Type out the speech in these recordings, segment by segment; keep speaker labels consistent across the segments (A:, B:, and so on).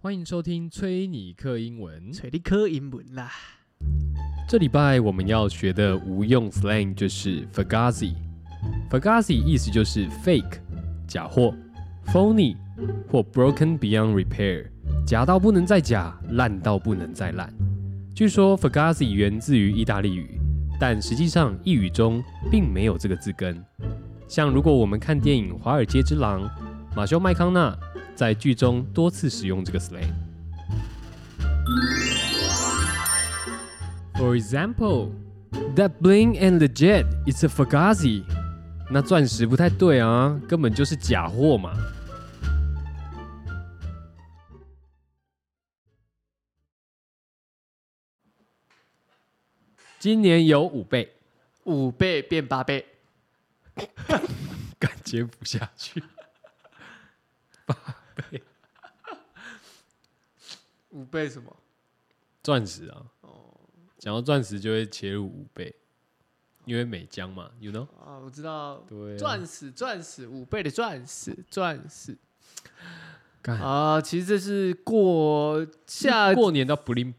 A: 欢迎收听崔尼克英文。
B: 找你考英文啦。
A: 这礼拜我们要学的无用 slang 就是 fugazi。fugazi 意思就是 fake 假货、phony 或 broken beyond repair 假到不能再假、烂到不能再烂。据说 fugazi 源自于意大利语，但实际上意语中并没有这个字根。像如果我们看电影《华尔街之狼》，马修麦康纳在剧中多次使用这个 slang。For example, that bling and legit is a fugazi。那钻石不太对啊，根本就是假货嘛。今年有五倍，
B: 五倍变八倍，
A: 感觉不下去。
B: 五倍什么？
A: 钻石啊，讲到钻石就会切入五倍，因为美江嘛，you know？
B: 啊，我知道，
A: 对啊
B: 钻石，钻石，五倍的钻石，钻石
A: 干
B: 啊！其实这是过下
A: 过年到不灵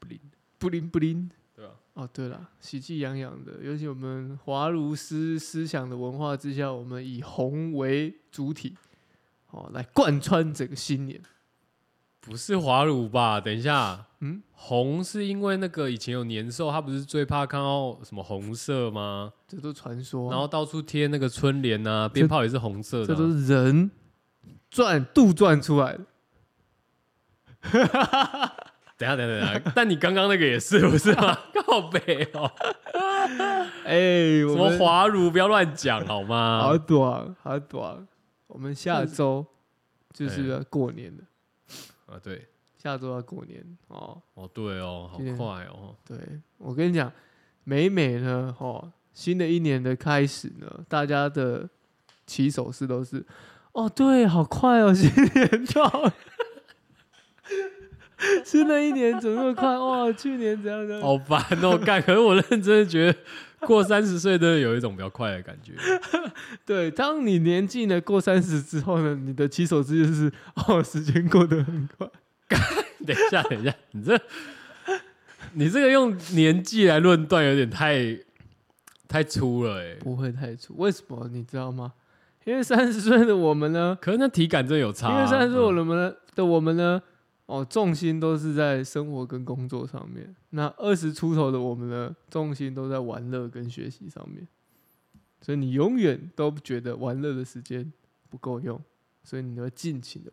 A: 不灵，
B: 不灵不灵。
A: 对啊吧？
B: 哦，对了，喜气洋洋的，尤其我们华儒思思想的文化之下，我们以红为主体，哦，来贯穿整个新年。
A: 不是华乳吧？等一下，
B: 嗯，
A: 红是因为那个以前有年兽，他不是最怕看到什么红色吗？
B: 这都传说，
A: 然后到处贴那个春联啊，鞭炮也是红色
B: 哦
A: 的
B: 这
A: 啊、
B: 都是人赚杜撰出来的。
A: 等一下，等一下，等一下， 但你刚刚那个也是不是 吗？靠北哦，
B: 哎、
A: 什
B: 我
A: 么
B: 们
A: 华乳不要乱讲好吗
B: 好？短，好短。我们下周就是要过年了，
A: 啊，对，
B: 下周要过年哦。
A: 哦对哦，好
B: 今天
A: 快哦，
B: 对我跟你讲，每每呢，哦，新的一年的开始呢，大家的起手式都是，哦，对，好快哦， 新年到了。新的一年怎么那么快？哇，去年怎样怎样？
A: 好烦哦，干！可是我认真的觉得过三十岁真的有一种比较快的感觉。
B: 对，当你年纪呢过三十之后呢，你的起手式就是哦，时间过得很快。
A: 等一下，等一下，你这你这个用年纪来论断有点太太粗了哎、
B: 不会太粗，为什么你知道吗？因为三十岁的我们呢，
A: 可是那体感真的有差、
B: 因
A: 啊，
B: 为三十岁
A: 嗯
B: 我们呢的我们呢，哦，重心都是在生活跟工作上面。那二十出头的我们呢，重心都在玩乐跟学习上面，所以你永远都觉得玩乐的时间不够用，所以你会尽情的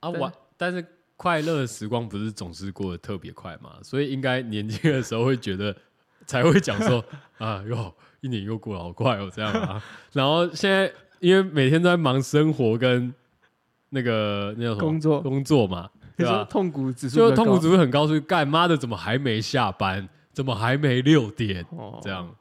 A: 哦
B: 玩。
A: 啊玩，但是快乐的时光不是总是过得特别快嘛，所以应该年轻的时候会觉得才会讲 说啊哟，一年又过得好快哦这样啊。然后现在因为每天都在忙生活跟那个那叫什么
B: 工作
A: 工作嘛，
B: 你
A: 对吧、
B: 说痛苦指数
A: 就
B: 比较
A: 痛苦
B: 高
A: 指数很高，所以干妈的怎么还没下班？怎么还没六点？
B: 哦
A: 这，样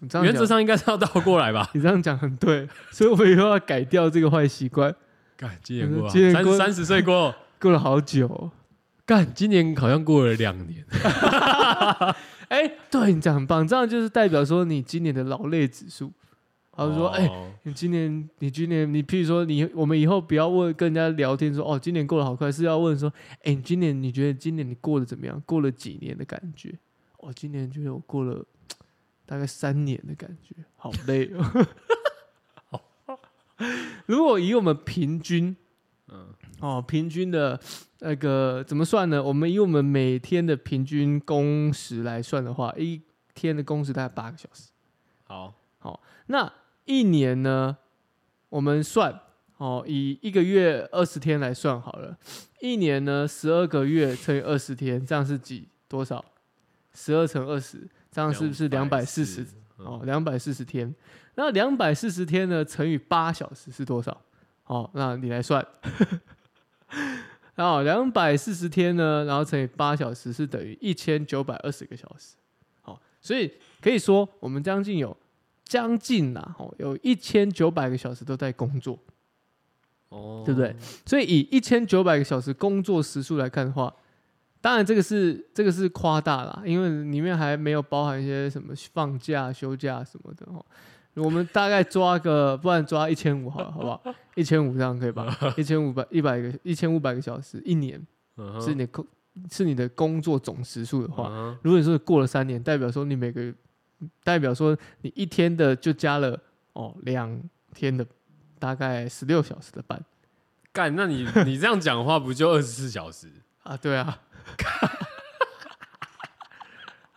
B: 你这样
A: 原则
B: 讲？
A: 上应该是要倒过来吧
B: 你这样讲很对，所以我以后要改掉这个坏习惯。
A: 干，今年过
B: 今年
A: 三
B: 过
A: 三十岁过，
B: 过了好久哦、
A: 干，今年好像过了两年。
B: 哎、对你讲很棒，这样就是代表说你今年的劳累指数。他们说，哎、
A: 哦
B: 你今年，你今年，你譬如说你，我们以后不要问跟人家聊天说，哦，今年过得好快，是要问说，哎、你今年你觉得今年你过得怎么样？过了几年的感觉？哦，今年觉得我过了大概三年的感觉，好累 哦。如果以我们平均
A: 嗯，
B: 哦，平均的那个怎么算呢？我们以我们每天的平均工时来算的话，一天的工时大概八个小时。
A: 好，
B: 那一年呢，我们算哦，以一个月二十天来算好了。一年呢，十二个月乘以二十天，这样是几多少？十二乘二十，这样是不是两百四十？
A: 嗯
B: 哦，两百四十天。那两百四十天呢，乘以八小时是多少？哦，那你来算。然后两百四十天呢，然后乘以八小时是等于一千九百二十个小时。好、所以可以说我们将近有将近啦，哦，有一千九百个小时都在工作。
A: 哦
B: 对不对？所以以一千九百个小时工作时数来看的话，当然这个是这个是夸大啦，因为里面还没有包含一些什么放假、休假什么的哦。我们大概抓个， 不然抓一千五好了，好不好？一千五这样可以吧？ 一千五百一百个一千五百个小时，一年
A: 嗯哼
B: 是你的工是你的工作总时数的话，
A: 嗯哼
B: 如果你说过了三年，代表说你每个代表说你一天的就加了哦两天的大概十六小时的班
A: 干，那你你这样讲话不就二十四小时？
B: 啊，对啊，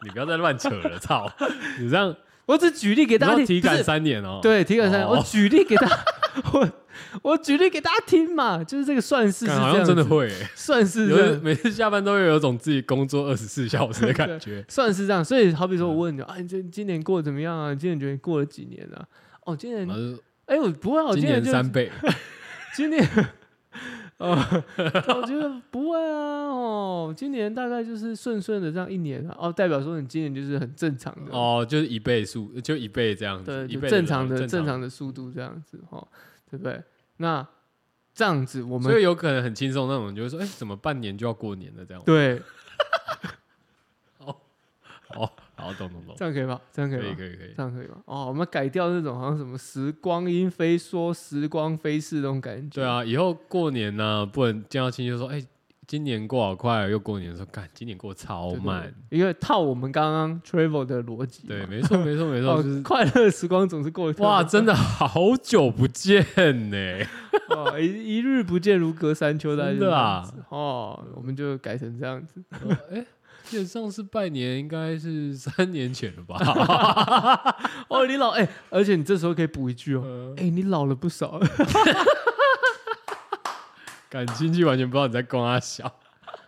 A: 你不要再乱扯 了，操！你这样
B: 我只举例给
A: 给
B: 哎大家听，
A: 体
B: 不
A: 感
B: 是
A: 三年哦，，
B: 对体感三，
A: 哦
B: 我举例给大家， 我我举例给大家听嘛，就是这个算式是这
A: 好像
B: 样
A: 真的
B: 子
A: 会欸，
B: 算式
A: 有
B: 这
A: 时
B: 样
A: 每次下班都会有种自己工作二十四小时的感 觉。
B: 算是这样，所以好比说我问你啊，你这今年过得怎么样啊？你今年觉得你过了几年啊？哦，今年
A: 然后就说
B: 哎、我不会啊，我
A: 嗯今
B: 年
A: 年
B: 就
A: 三倍，
B: 今年，哦，我觉得不会啊，哦，今年大概就是顺顺的这样一年啊，哦，代表说你今年就是很正常的，
A: 哦，就是一倍数，就一倍这样
B: 对，
A: 子，一
B: 就
A: 倍
B: 正常
A: 的
B: 的
A: 人
B: 正。常的速度这样子哦，对不对？那这样子我
A: 所
B: 们
A: 以有可能很轻松那种，就会说，哎，怎么半年就要过年了这样？
B: 对
A: 哦，好，懂懂懂，
B: 这样可以吗？这样可
A: 可
B: 以
A: 以
B: 吗？
A: 可以可以
B: 这。样可以吗？哦，我们改掉那种好像什么时光音飞梭、时光飞逝那种感觉。
A: 对啊，以后过年呢、不能见到亲戚就说，哎、今年过好快哦，又过年的时候，干，今年过超
B: 对，对
A: 慢。
B: 对因为套我们刚刚 travel 的逻辑嘛，
A: 对，没 错，没错，没错，
B: 哦，
A: 就是
B: 快乐的时光总是过得
A: 哇，
B: 特
A: 真的好久不见呢、
B: 别快，哇哦一一日不见如隔三秋，大概
A: 真
B: 就
A: 的
B: 这样
A: 啊
B: 子哦，我们就改成这样 子，
A: 哎、记得上次拜年应该是三年前了 吧？
B: 哦，你老哎，而且你这时候可以补一句哦，哎，你老了不少，
A: 感亲戚完全不知道你在跟他笑。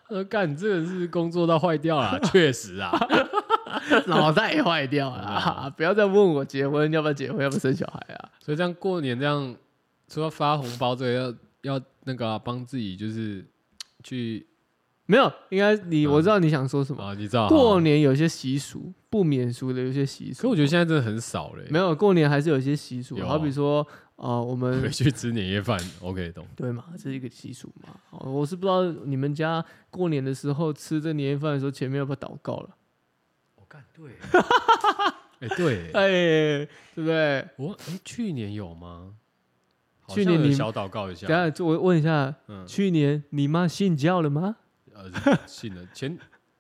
A: 他说：“干，你这个人是不是工作到坏掉了，确实啊，
B: 脑袋也坏掉了啊，不要再问我结婚要不要结婚，要不要生小孩啊，
A: 所以这样过年这样，除了发红包这个，要要那个啊帮、自己就是去
B: 没有，应该你
A: 嗯
B: 我知道你想说什么，
A: 啊，你知道
B: 过
A: 啊，
B: 年有些习俗不免俗的，有些习俗，
A: 可我觉得现在真的很少了、
B: 没有过年还是有一些习俗，啊
A: 有啊
B: 好比说呃，我们
A: 回去吃年夜饭，OK，懂。
B: 对嘛，这是一个习俗嘛。哦我是不知道你们家过年的时候吃这年夜饭的时候，前面要不要祷告了？
A: 我哦干对， 哎、对，
B: 哎，对不对？
A: 我哎、去年有吗？好
B: 去
A: 像
B: 年
A: 有
B: 你
A: 小祷告一下，
B: 等下就我问一下，
A: 嗯，
B: 去年你妈信教了吗？
A: 呃，信了，前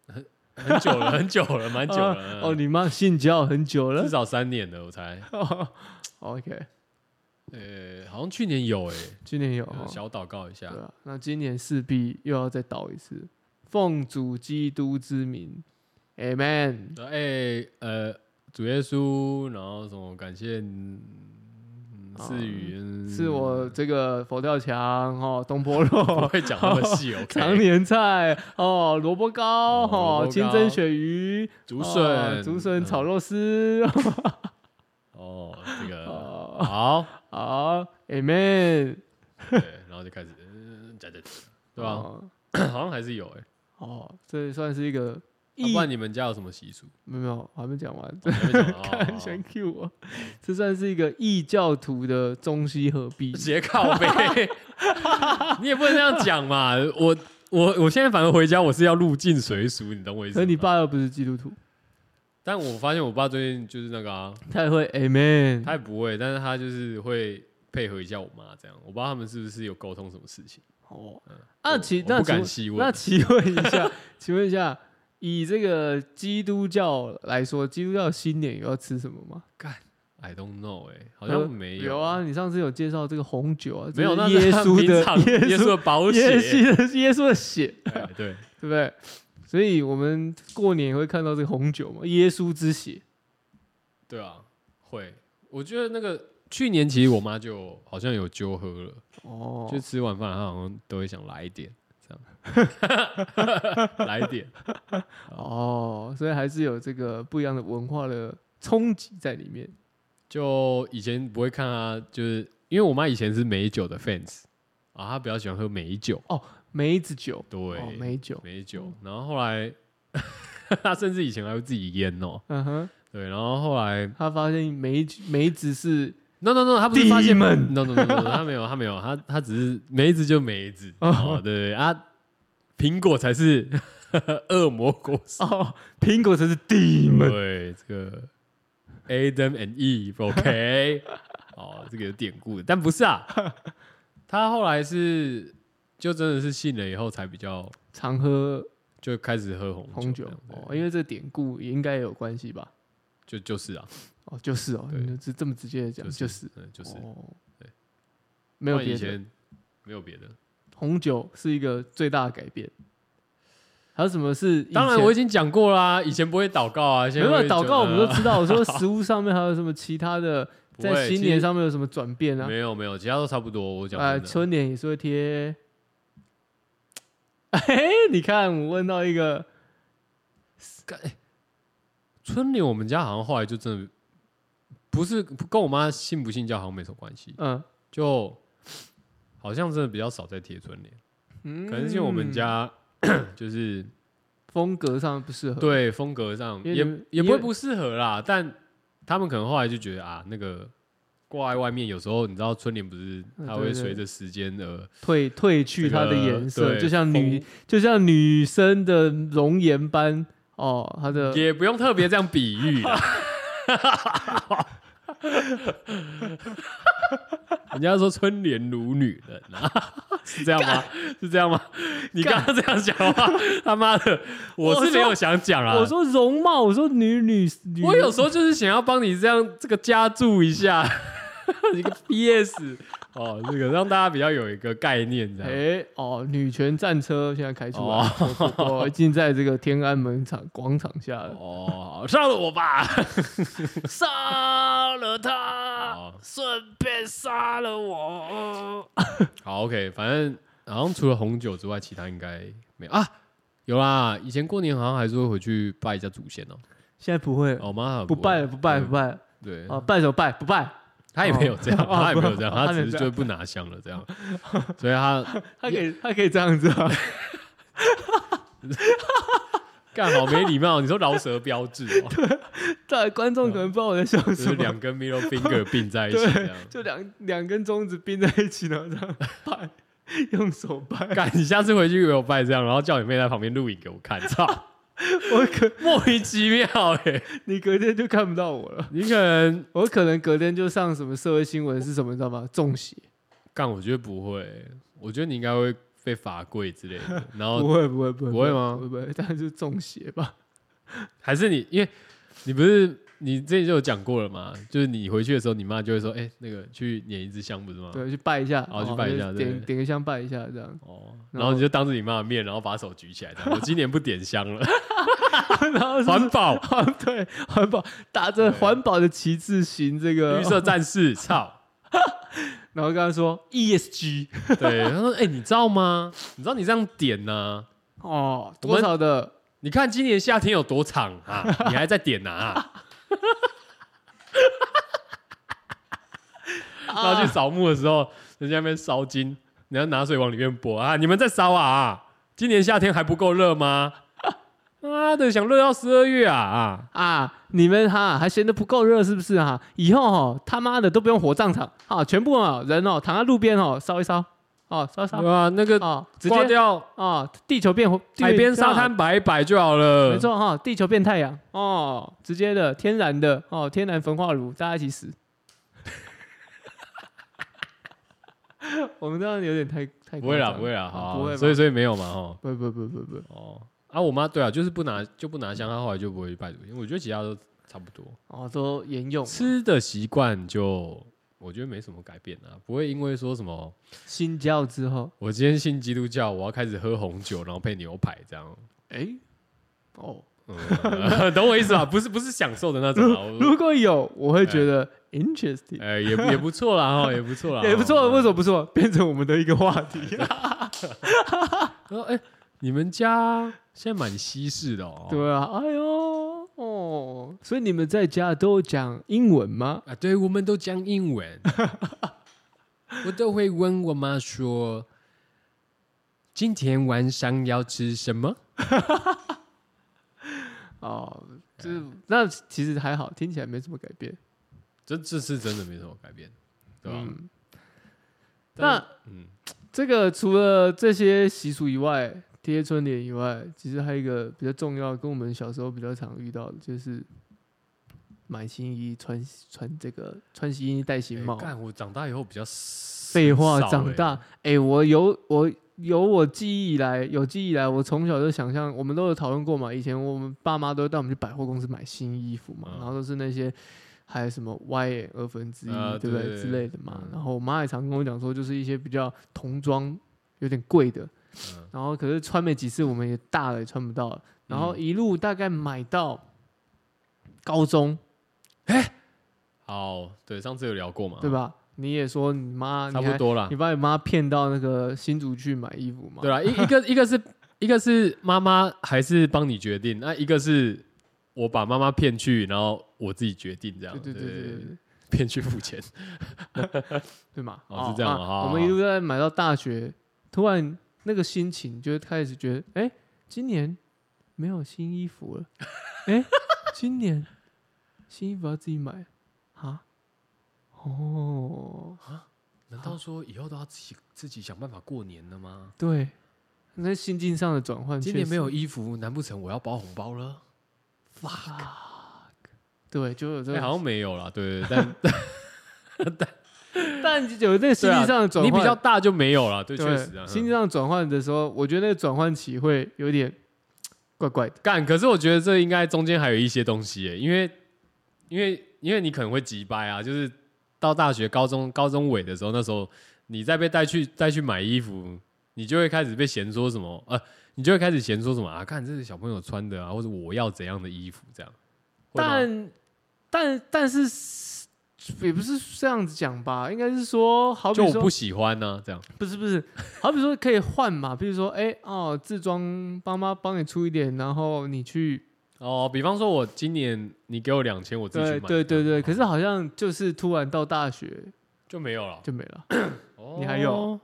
A: 很很久了，很久了，蛮久了， 嗯
B: 哦，你妈信教很久
A: 至
B: 了。
A: 少三年了，我才，
B: OK，
A: 呃、好像去年有哎、
B: 今年有、
A: 呃
B: 哦，
A: 小祷告一
B: 对
A: 下，
B: 啊，那今年势必又要再祷一次，奉主基督之名，Amen。
A: 呃哎、呃，主耶稣，然后什么感谢，嗯，
B: 哦
A: 是语，嗯
B: 是我这个佛跳墙哦，东坡
A: 不
B: 肉，
A: 会讲那么细
B: 常
A: ，OK，
B: 年菜哦，萝卜糕
A: 哦萝
B: 哦
A: 卜，
B: 清
A: 糕
B: 蒸鳕鱼，
A: 竹
B: 哦
A: 笋，
B: 竹笋
A: 嗯
B: 炒肉丝，
A: 哦，这个
B: 哦，
A: 好，
B: 好，Amen，
A: 对，然后就开始嗯讲讲，讲对吧？
B: 哦？
A: 好像还是有哎，
B: 哦，这算是一个
A: 啊
B: 意
A: 不，然你们家有什么习俗？
B: 没有没有，我还没讲完，
A: 你还没讲哦
B: 开玩笑 Q 我，这算是一个异教徒的中西合璧
A: 直，接靠背， 你也不能这样讲嘛。我我我现在反而回家，我是要入境随俗，你懂我意思
B: 可
A: 吗？
B: 是你爸又不是基督徒，
A: 但我发现我爸最近就是那个啊，
B: 他也会 Amen，
A: 他也不会，但是他就是会配合一下我妈这样。我不知道他们是不是有沟通什么事情。
B: 哦，
A: 嗯
B: 啊，
A: 我
B: 请
A: 我
B: 那
A: 不敢
B: 请
A: 细问
B: 那请问一 下，请问一下，以这个基督教来说，基督教新年有要吃什么吗？
A: I don't know，哎、好像没
B: 有啊，，你上次有介绍这个红酒啊，这
A: 没有，
B: 是
A: 那是
B: 耶
A: 他
B: 稣
A: 平
B: 的
A: 常耶稣
B: 稣
A: 的保
B: 耶
A: 险，
B: 稣的 耶稣的血，
A: 哎对，
B: 对不对？所以我们过年也会看到这个红酒嘛，耶稣之血。
A: 对啊，会。我觉得那个去年其实我妈就好像有酒喝了，
B: 哦
A: 就吃完饭她好像都会想来一点，这样 来一点。
B: 哦，所以还是有这个不一样的文化的冲击在里面。
A: 就以前不会看啊，就是因为我妈以前是美酒的 fans 啊，她比较喜欢喝美酒，
B: 梅子酒，
A: 对，
B: 哦，梅酒，
A: 美酒。然后后来 她甚至以前还会自己腌哦，
B: 嗯哼，
A: 对。然后后来
B: 他发现梅梅子是
A: no no no，她不是发现
B: 弟们
A: no no no，, no 她没有她没有她她只是梅子就梅子，哦，对对啊，苹果才是 恶魔果实。
B: 哦，苹果才是 demon，
A: 对，这个 Adam and Eve，OK？、哦，这个有典故的，但不是啊。他后来是就真的是信了以后才比较
B: 常喝
A: 就开始喝红
B: 红
A: 酒
B: 酒
A: 这样子，
B: 哦，因为这典故也应该也有关系吧？
A: 就就是啊，
B: 哦，就是哦，
A: 对
B: 你就是这么直接的讲，
A: 就是
B: 就是
A: 嗯，就是
B: 哦
A: 对，
B: 没有
A: 不然
B: 别
A: 以
B: 的。
A: 前没有别的。
B: 红酒是一个最大的改变，还有什么是以前？
A: 当然我已经讲过啦，以前不会祷告啊，
B: 没
A: 现在
B: 有
A: 会
B: 祷
A: 觉
B: 告，我
A: 得
B: 们都知道。我说食物上面还有什么其他的，
A: 不会
B: 在新
A: 其
B: 年
A: 实
B: 上面有什么转变啊？
A: 没有没有，其他都差不多。我讲
B: 呃，
A: 真的，
B: 春联也是会贴。 哎，你看，我问到一个，
A: 春联我们家好像后来就真的不是跟我妈信不信教好像没什么关系，
B: 嗯
A: 就好像真的比较少在贴春联，
B: 嗯，
A: 可能是因为我们 家就是
B: 风格上不适合。
A: 对风格上
B: 因为
A: 也
B: 你们
A: 也不会
B: 因为
A: 不适合啦，但他们可能后来就觉得啊，那个挂在外面有时候你知道春联不是
B: 嗯
A: 它
B: 对
A: 会
B: 对
A: 随着时间而
B: 褪褪去
A: 这
B: 它的
A: 个
B: 颜色，
A: 对
B: 就像女
A: 风
B: 就像女生的容颜般哦，它的
A: 也不用特别这样比喻 啦。人家说春联如女人啊， 是这样吗？是这样吗？你刚刚这样讲的 话，他妈的，我
B: 我
A: 是没有
B: 说
A: 想讲啊啦。
B: 我说容貌，我说女女女，
A: 我有时候就是想要帮你这样这个加注一 下一个 PS 哦，这个让大家比较有一个概念这
B: 哎、
A: 样。
B: 哦，女权战车现在开出
A: 哦
B: 来，我 我已经在这个天安门场广场下了，
A: 哦，杀了我吧！
B: 杀了他，
A: 好
B: 顺便杀了我。
A: 好，OK，反正好像除了红酒之外，其他应该没有啊。有啦，以前过年好像还是会回去拜一下祖先哦。
B: 现在不会了，
A: 哦，我妈
B: 不拜了，不拜了，不拜了，
A: 对，
B: 啊，拜什么拜？不拜，
A: 她也没有这样，
B: 哦
A: 她也没有这样，
B: 哦
A: 她
B: 她
A: 只
B: 没有
A: 是
B: 这
A: 就
B: 样
A: 不拿香了这样，所以她
B: 他可以，他可以这样 子啊。
A: 干好没礼貌。你说饶舌标志 哦，
B: 但观众可能不知道我在笑
A: 就
B: 什
A: 是
B: 么，
A: 两根 middle finger 并在一起 这
B: 对
A: 样，。
B: 就两两根中指并在一起，然后这样拜，用手拜。
A: 干，你下次回去给我拜这样，然后叫你妹在旁边录影给我看，操，
B: 我可
A: 莫名其妙哎、
B: 你隔天就看不到我了，
A: 你可能
B: 我可能隔天就上什么社会新闻是什么，你知道吗？中邪。
A: 干，我觉得不会欸、我觉得你应该会被罚跪之类的，然
B: 不
A: 后
B: 会不会不会
A: 哦不会吗
B: 不会，但是中邪吧？
A: 还是你，因为你不是你之前就有讲过了嘛，就是你回去的时候，你妈就会说，哎、那个去捻一支香不是吗？
B: 对，去拜一下，
A: 哦去拜一下
B: 就
A: 对。
B: 点点个香拜一下这样
A: 哦，
B: 然后
A: 然后你就当着你妈的面，然后把手举起来，这样我今年不点香了，
B: 然后是
A: 环保，
B: 对环保打着
A: 对啊
B: 环保的旗帜行这个
A: 绿色，战士，操！
B: 然后跟他说 E ESG
A: 对，他说，哎、你知道吗？你知道你这样点呢、
B: 哦，
A: 我们
B: 多少的
A: 你看今年夏天有多长啊？你还在点呐、 啊？然后去扫墓的时候，人家在那边烧金，你要拿水往里面泼啊！你们在烧啊？今年夏天还不够热吗？妈的，想热到十二月啊啊！
B: 啊，你们哈还嫌得不够热是不是哈？以后哈他妈的都不用火葬场啊，全部啊人哦躺在路边哦烧一烧哦烧一烧
A: 对啊，那个
B: 啊，直
A: 挂
B: 接
A: 掉
B: 啊地球变火
A: 海边沙滩摆一摆就好了。
B: 没，错哈、地球变太阳哦，直接的天然的哦，天然焚化炉，大家一起死。 我们这样有点太太
A: 不会啦，
B: 夸张了
A: 不会啦，好啊、
B: 不会吧，
A: 所以所以没有嘛，哦
B: 不不不不不，
A: 哦啊，我妈对啊，就是不拿就不拿香，她后来就不会去拜祖先。我觉得其他都差不多。
B: 哦，都沿用
A: 吃的习惯就我觉得没什么改变啊，不会因为说什么
B: 新教之后，
A: 我今天信基督教，我要开始喝红酒，然后配牛排这样，
B: 哎、哦，
A: 嗯、 懂我意思吧？不是不是享受的那种啊，我
B: 如果有，我会
A: 哎
B: 觉得 interesting，、
A: 呃也也不错啦哈，也不错啦，
B: 也不错，为什
A: 么？
B: 么不错？变成我们的一个话 题了，
A: 说哎、你们家现在蛮西式的哦，
B: 对啊，哎呦，哦，所以你们在家都讲英文吗？
A: 啊，对，我们都讲英文，我都会问我妈说，今天晚上要吃什
B: 嗯
A: 么？
B: 哦，
A: 哎
B: 就是那其实还好，听起来没什么改变。
A: 这这次真的没什么改变，对吧？
B: 嗯，
A: 但
B: 那
A: 嗯，
B: 这个除了这些习俗以外，贴春联以外，其实还有一个比较重要，跟我们小时候比较常遇到的，就是买新衣，穿穿这个穿新衣戴新帽。
A: 哎干、我长大以后比较少
B: 废话，
A: 少
B: 长
A: 欸
B: 大，哎、我有我有我记忆以来，有记忆以来，我从小就想象，我们都有讨论过嘛。以前我们爸妈都会带我们去百货公司买新衣服嘛，
A: 嗯
B: 然后都是那些还有什么 Y 二分之一，
A: 啊
B: 对不
A: 对
B: 之类的嘛。
A: 嗯
B: 然后我妈也常跟我讲说，就是一些比较童装有点贵的，
A: 嗯
B: 然后可是穿没几次，我们也大了也穿不到了，然后
A: 嗯
B: 一路大概买到高中，
A: 好，对，上次有聊过嘛，
B: 对？吧？你也说你妈，
A: 嗯差
B: 你还
A: 不多啦
B: 你。把你妈骗到那个新竹去买衣服
A: 啊
B: 嘛？
A: 对啦，啊一一个一个是一个是妈妈还是帮你决定，那一个是我把妈妈骗去，然后我自己决定这样，
B: 对对对对对
A: 骗去付 钱，
B: 对嘛？
A: 哦是这样
B: 啊
A: 哦好好
B: 我们一路在买到大学，突然那个心情就开始觉得，哎、今年没有新衣 服了，哎、今年新衣服要自己买啊？哦，
A: 难道说以后都要自己自己想办法过年了吗？
B: 对，那心境上的转换，
A: 今年没有衣服，难不成我要包红包了？
B: 对，就有这
A: 哎，
B: 个，
A: 好像没有啦，对 对，对
B: 但有那个心
A: 对啊
B: 境上的
A: 但
B: 转
A: 你
B: 换，
A: 比较大就没有啦，对，
B: 对
A: 确实啊。嗯
B: 心境上转换的时候，我觉得那个转换期会有点怪怪的。
A: 干，可是我觉得这应该中间还有一些东西耶，因为因为因为你可能会急掰啊，就是到大学、高中、高中尾的时候，那时候你再被带去再去买衣服，你就会开始被嫌说什么呃，你就会开始嫌说什么啊，看这是小朋友穿的啊，或者我要怎样的衣服这样。会吗
B: 但但但是也不是这样子讲吧，应该是说，好
A: 就
B: 比
A: 我
B: 说
A: 不喜欢呢、这样
B: 不是不是，好比说可以换嘛，比如说哎、哦，自装帮妈帮你出一点，然后你去
A: 哦，比方说我今年你给我两千，我自己去
B: 对
A: 买，
B: 对对
A: 这样
B: 对，可是好像就是突然到大学
A: 就没有了。
B: 就没了，
A: 哦
B: 你还有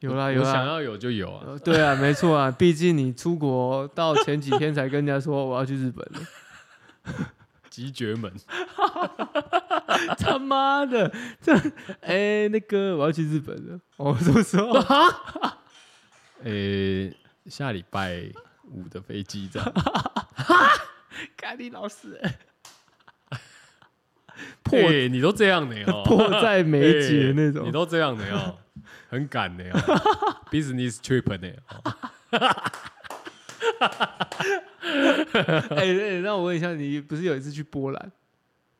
B: 有啦
A: 我
B: 有
A: 想
B: 啦。
A: 要有就有啊。
B: 呃对啊，没错啊，毕竟你出国到前几天才跟人家说我要去日本了，
A: 极绝门，
B: 他妈的，这哎、那个我要去日本了，哦，什么时候？
A: 呃、下礼拜五的飞机这 样，
B: 咖喱老师，
A: 破、
B: 破
A: 欸你都这样呢 哦，
B: 迫在眉睫那
A: 欸
B: 种
A: 你。都这样呢哦，很赶呢哦，business trip 呢 哦，
B: 哎、哎让我问一下，你不是有一次去波兰？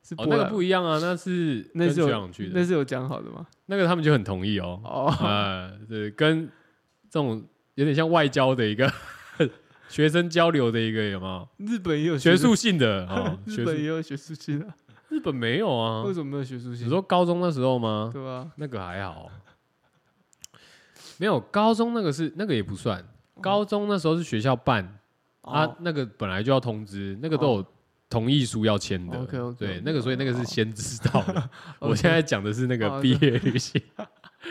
B: 是波
A: 哦
B: 兰
A: 那
B: 吗、
A: 个不一样啊，那是
B: 那
A: 跟
B: 是
A: 学
B: 有
A: 长去
B: 那
A: 的，
B: 是有讲好的吗？
A: 那个他们就很同意哦，
B: 哦，
A: 呃，对，跟这种有点像外交的一个学生交流的一个有没有
B: 日本也有
A: 学
B: 术，
A: 术性的哦
B: 日
A: 学
B: 本也
A: 术
B: 有学术系的、
A: 日本没有啊
B: 为，什么没有学术系？
A: 你说高中那时候吗？
B: 对吧、
A: 那个还好，没有高中那个是那个也不算，高中那时候是学校办、啊
B: 哦，，
A: 那个本来就要通知，那个都有同意书要签的。
B: OK，OK，OK，
A: 对，那个所以那个
B: 哦
A: 是先知道的。 我
B: OK
A: 现在讲的是那
B: 哦
A: 个毕业旅行，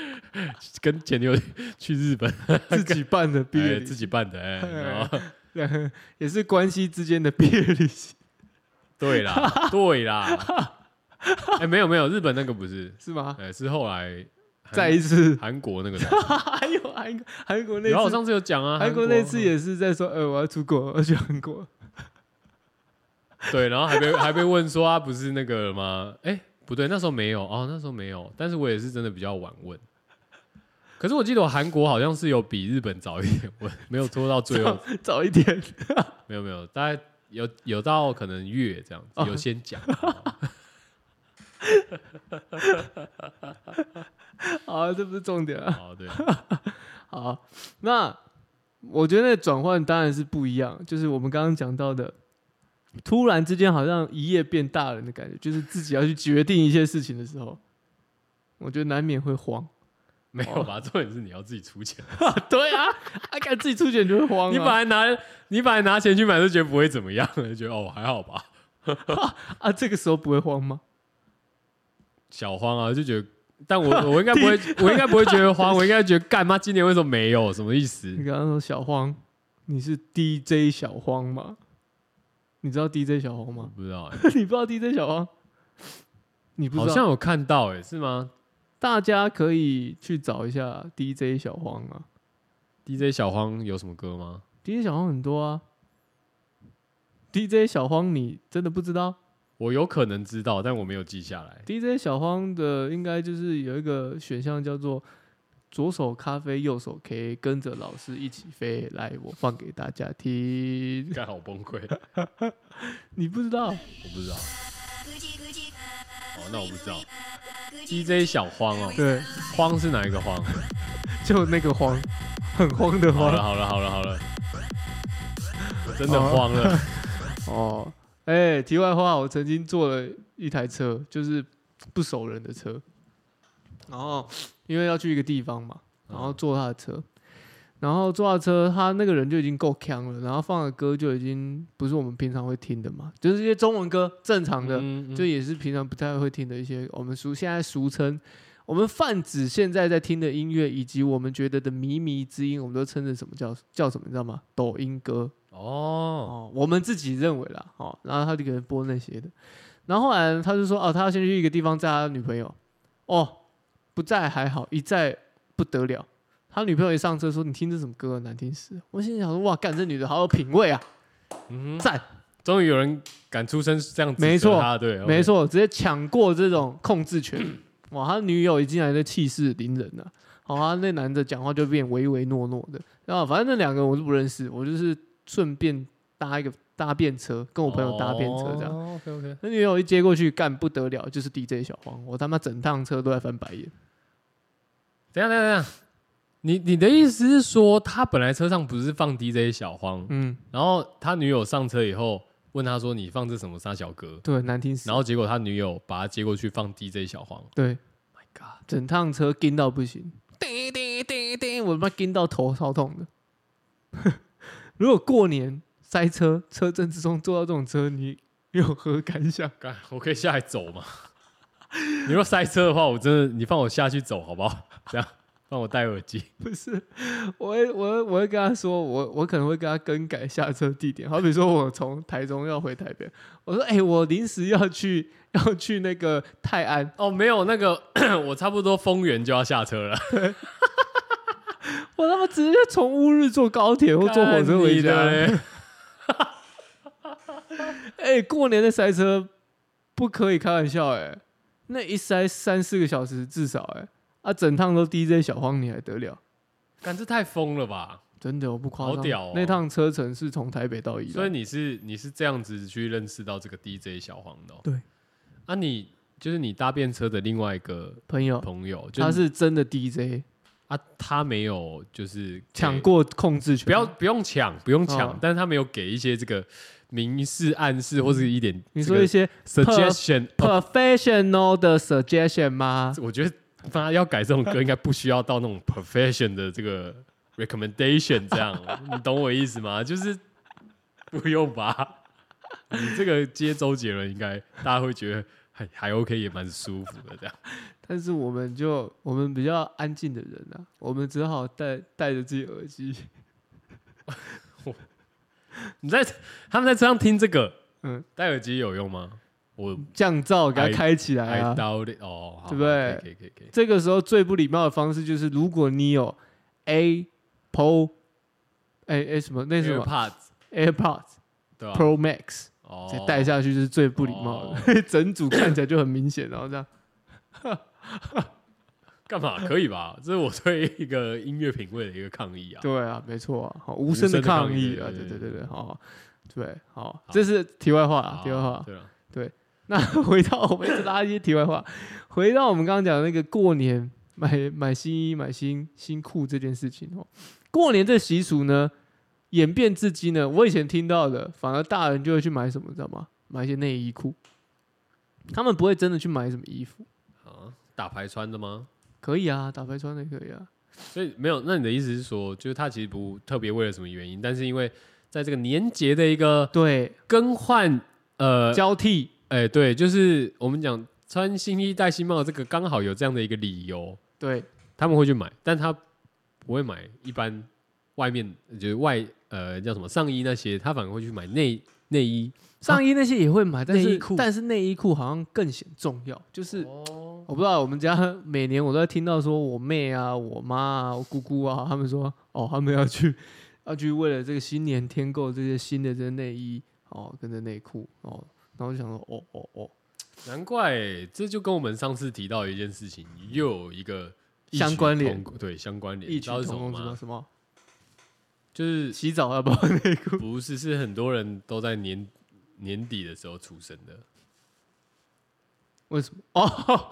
A: 跟前女友去日本，
B: 自己办的毕
A: 哎
B: 业旅
A: 自
B: 行，
A: 己办的，哎，然后
B: 两个人 也是关系之间的毕业旅行，
A: 对啦，对啦， 哎，没有没有，日本那个不是，
B: 是吗？
A: 哎，是后来韩
B: 再一次，
A: 韩国那个才，
B: 还有韩国韩国
A: 然后我
B: 那次，
A: 上次有讲啊，
B: 韩国那次也是在说，呃，我要出国，我要去韩国。
A: 对，然后还被还被问说啊，不是那个了吗？哎、不对，那时候没有哦，那时候没有，但是我也是真的比较晚问。可是我记得我韩国好像是有比日本早一点问，没有拖到 最后，
B: 早一点，
A: 没有没有，大概有有到可能月这样子，有先讲。哦
B: 啊，这不是重点啊。
A: 哦，对，
B: 好，那我觉得转换当然是不一样，就是我们刚刚讲到的，突然之间好像一夜变大人的感觉，就是自己要去决定一些事情的时候，我觉得难免会慌。
A: 没有吧？重点是你要自己出钱，
B: 对啊，啊，敢自己出钱就会慌、啊。
A: 你本来拿你本来拿钱去买，就觉得不会怎么样，就觉得哦还好吧，
B: 啊，这个时候不会慌吗？
A: 小慌啊，就觉得。但我我应该不会，我应该不会觉得慌，我应该觉得干妈今年为什么没有？什么意思？
B: 你刚刚说小慌，你是 DJ 小慌吗？你知道 DJ 小慌
A: 我
B: 吗？
A: 不知道、欸，
B: 你不知道 DJ 小慌？你不知
A: 好
B: 道？
A: 像有看到哎、是吗
B: 大家可以去找一下 DJ 小慌啊。
A: ？DJ 小荒有什么歌吗？
B: DJ 小荒很多啊。DJ 小荒，你真的不知道？
A: 我有可能知道，但我没有记下来。
B: DJ 小荒的应该就是有一个选项叫做左手咖啡，右手 K，跟着老师一起飞。来，我放给大家听。
A: 干好崩溃，
B: 你不知道
A: 我不知道。哦，那我不知道。
C: DJ
A: DJ 小荒哦，
B: 对，
A: 荒是哪一个 荒？
B: 就那个慌，很慌的
A: 好了
B: 慌。
A: 好了好了好了，我真的慌了。
B: 哦，哎、题外话，我曾经坐了一台车，就是不熟人的车，然
A: 哦
B: 后因为要去一个地方嘛，哦
A: 嗯
B: 然后坐他的车，然后坐他的车，他那个人就已经够强了，然后放的歌就已经不是我们平常会听的嘛，就是一些中文歌，正常的，
A: 嗯嗯
B: 就也是平常不太会听的一些我们俗现在俗称。我们泛指现在在听的音乐，以及我们觉得的靡靡之音，我们都称着什么叫叫什么，你知道吗？抖音歌。
A: 哦，
B: 哦，我们自己认为啦，哦，然后他就给人播那些的，然后后来他就说，哦，他要先去一个地方载他女朋友，哦，不在还好，一在不得了，他女朋友一上车说，你听这什么歌啊，难听死了！我心里想说，哇，干这女的好有品味啊，
A: 嗯哼，
B: 赞，
A: 终于有人敢出声这样子，
B: 没错
A: 他对，OK
B: 没，错，直接抢过这种控制权，哇，他女友一进来就气势凌人了、好、啊，那男的讲话就变唯唯诺诺的，然后反正那两个我都不认识，我就是顺便搭一个搭便车，跟我朋友搭便车这样。
A: OK OK，
B: 那女友一接过去，干不得了，就是 DJ 小黄，我他妈整趟车都在翻白眼。
A: 等一下等一下等一下，你你的意思是说，他本来车上不是放 DJ 小荒，
B: 嗯，
A: 然后他女友上车以后问他说：“你放这什么沙小歌
B: 对，难听？”死
A: 然
B: 了。
A: 后结果他女友把他接过去放 DJ 小黄
B: 对，
A: ，My God，
B: 整趟车跟到不行，叮叮叮叮，我他妈跟到头超痛的。 如果过年塞车，车阵之中坐到这种车，你有何感想？
A: 干，我可以下来走吗？你若塞车的话，我真的，你放我下去走好不好？这样放我戴耳机，
B: 不是，我会我会我会跟他说，我我可能会跟他更改下车地点。好比说，我从台中要回台北，我说，哎、我临时要去要去那个泰安，
A: 哦，没有那个， 我差不多丰原就要下车了，
B: 我他妈直接从乌日坐高铁或哦坐火车回
A: 干你
B: 家。
A: 的嘞。
B: 哎、过年的塞车不可以开玩笑哎、那一塞三四个小时至少哎、啊，整趟都 DJ 小荒你还得了？
A: 干，这太疯了吧！
B: 真的我不夸张，
A: 好屌哦
B: 那趟车程是从台北到宜
A: 所以
B: 兰，
A: 你是你是这样子去认识到这个 DJ 小黄的、哦，
B: 对。
A: 啊你，就是你搭便车的另外一个
B: 朋友
A: 朋友，就
B: 他是真的 DJ，
A: 啊，他没有就是
B: 抢
A: 给，
B: 过控制权，
A: 不要不用抢，不用抢，
B: 哦
A: 但是他没有给一些这个明示暗示或是一点
B: 你
A: 这
B: 说
A: 个
B: 一些
A: suggestion，哦
B: professional 的 suggestion 吗？
A: 我觉得他要改这种歌， 应该不需要到那种 profession 的这个 recommendation 这 样，你懂我意思吗？就是不用吧。你这个接周杰伦，应该大家会觉得还还 OK，也蛮舒服的这样。
B: 但是我们就我们比较安静的人啊，我们只好戴戴着自己耳机，
A: 你在他们在车上听这个，
B: 嗯，
A: 戴耳机有用吗？我
B: 降噪
A: 哎
B: 给它开起来
A: I
B: 啊。
A: doubt it 哦，好
B: 对不对
A: 可以可以可以可以。
B: 这个时候最不礼貌的方式就是，如果你有 Apple，哎哎什么那是什么
A: AirPods
B: AirPods 啊
A: 对吧？
B: Pro Max，
A: 哦
B: 再戴下去就是最不礼貌的，整组看起来就很明显，然哦后这样
A: 干嘛？可以吧？这是我对一个音乐品味的一个抗议啊。
B: 对啊，没错啊，好无
A: 无
B: 声的
A: 声的抗
B: 抗
A: 议
B: 议啊，
A: 对
B: 对
A: 对
B: 对
A: 对
B: 对对，好对好，这是题外话啊，题外话
A: 啊。对了，
B: 那回到我们一直拉一些题外话，回到我们刚刚讲的那个过年买买新衣、买新新裤这件事情哦。过年这习俗呢，演变至今呢，我以前听到的，反而大人就会去买什么，你知道吗？买一些内衣裤，他们不会真的去买什么衣服。
A: 啊，打牌穿的吗？
B: 可以啊，打牌穿的也可以啊。
A: 所以没有，那你的意思是说，就是他其实不特别为了什么原因，但是因为在这个年节的一个
B: 对，
A: 更换，呃，
B: 交替
A: 哎、对，就是我们讲穿新衣戴新帽这个刚好有这样的一个理由，
B: 对
A: 他们会去买，但他不会买一般外面就是外呃叫什么上衣那些，他反而会去买内内衣，
B: 上衣那些也会买，但
A: 内衣
B: 是
A: 裤
B: 但是内衣裤好像更显重要，就是
A: 哦，
B: 我不知道，我们家 每年我都在听到说我妹啊、我妈啊、我姑姑啊，他们说哦，他们要去要去为了这个新年添购这些新的这些内衣哦，跟着内裤哦，然后就想说，哦哦哦，
A: 难怪、这就跟我们上次提到的一件事情又有一个异曲
B: 相关联
A: 同，对相关联，
B: 异
A: 你
B: 曲
A: 知道
B: 同
A: 是什么
B: 工什么
A: 吗？
B: 什么
A: 就是
B: 洗澡要不要内 裤？
A: 不是是很多人都在年年底的时候出生的，
B: 为什么？哦，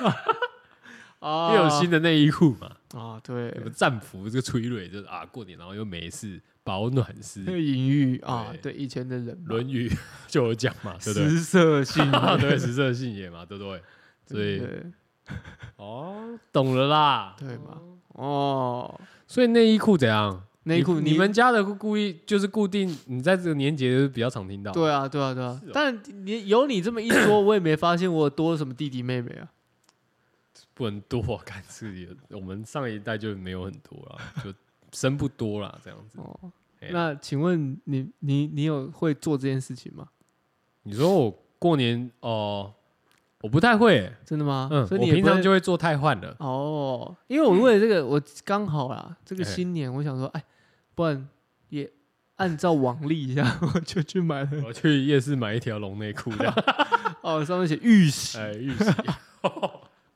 B: 不，啊，
A: 因为有新的内衣裤嘛，
B: 啊， 对
A: 什，么战服这个催泪，就是啊过年然后又没事，保暖是
B: 那个
A: 《
B: 隐喻啊，
A: 对
B: 对以前的人嘛
A: 论语》就有讲嘛，对不对？
B: 食 色性也，
A: 对，食色性也嘛，对不对？所以
B: 对
A: 哦，懂了啦。
B: 对嘛？哦，
A: 所以内衣裤怎样？
B: 内衣裤
A: 你你们家的故意就是固定，你在这个年节就是比较常听到。
B: 对啊，对啊，对啊
A: 是哦。
B: 但你有你这么一说，我也没发现我有多什么弟弟妹妹啊。
A: 不能多，啊看自己的。我们上一代就没有很多啦，就生不多啦，这 样子。
B: 哦，
A: 哎
B: 那请问你你你有会做这件事情吗？
A: 你说我过年哦、我不太会欸、
B: 真的吗？
A: 嗯，
B: 啊所以
A: 我
B: 你也
A: 平
B: 不会
A: 常就会做太换了。
B: 哦，因为我为了这个，我刚好啦，这个
A: 哎
B: 新年我想说，哎，不然也按照往例一下， 我就去买 了。
A: 我去夜市买一条龙内裤，这 样
B: 哦，上面写玉玺
A: 哎，玉玺，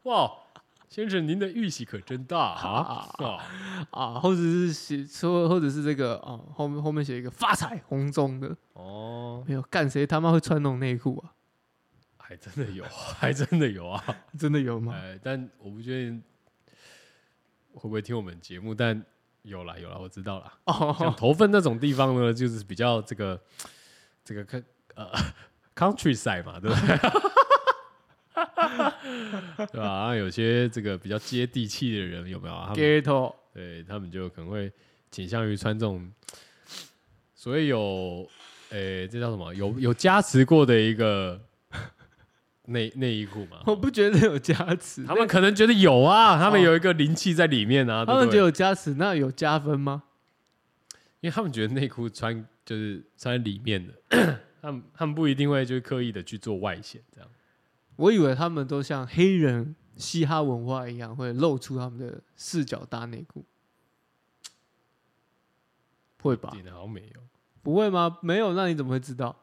A: 哇，先生您的玉玺可真大啊！啊
B: 啊，或者是写说，或者是这个哦，后面后面写一个发财红中的，
A: 哦，
B: 没有干谁他妈会穿那种内裤啊？
A: 还真的有，还真的有啊！
B: 真的有吗？
A: 哎，但我不确定会不会听我们节目，但有啦有啦，我知道啦。像
B: 哦，
A: 头份那种地方呢，就是比较这个这个看呃 countryside 嘛，对不对？ 对吧、啊？有些这个比较接地气的人有没有啊？他们
B: ghetto
A: 对他们就可能会倾向于穿这种，所以有诶、这叫什么？有有加持过的一个 内内衣裤嘛？
B: 我不觉得有加持，
A: 他们可能觉得有啊，他们
B: 哦
A: 有一个灵气在里面啊，
B: 他
A: 对
B: 们
A: 不
B: 觉得
A: 对？
B: 有加持，那有加分吗？
A: 因为他们觉得内裤穿就是穿里面的， 他们他们不一定会就是刻意的去做外显这样。
B: 我以为他们都像黑人嘻哈文化一样，会露出他们的四角大内裤，会吧？
A: 顶好像没有，
B: 不会吗？没有，那你怎么会知道？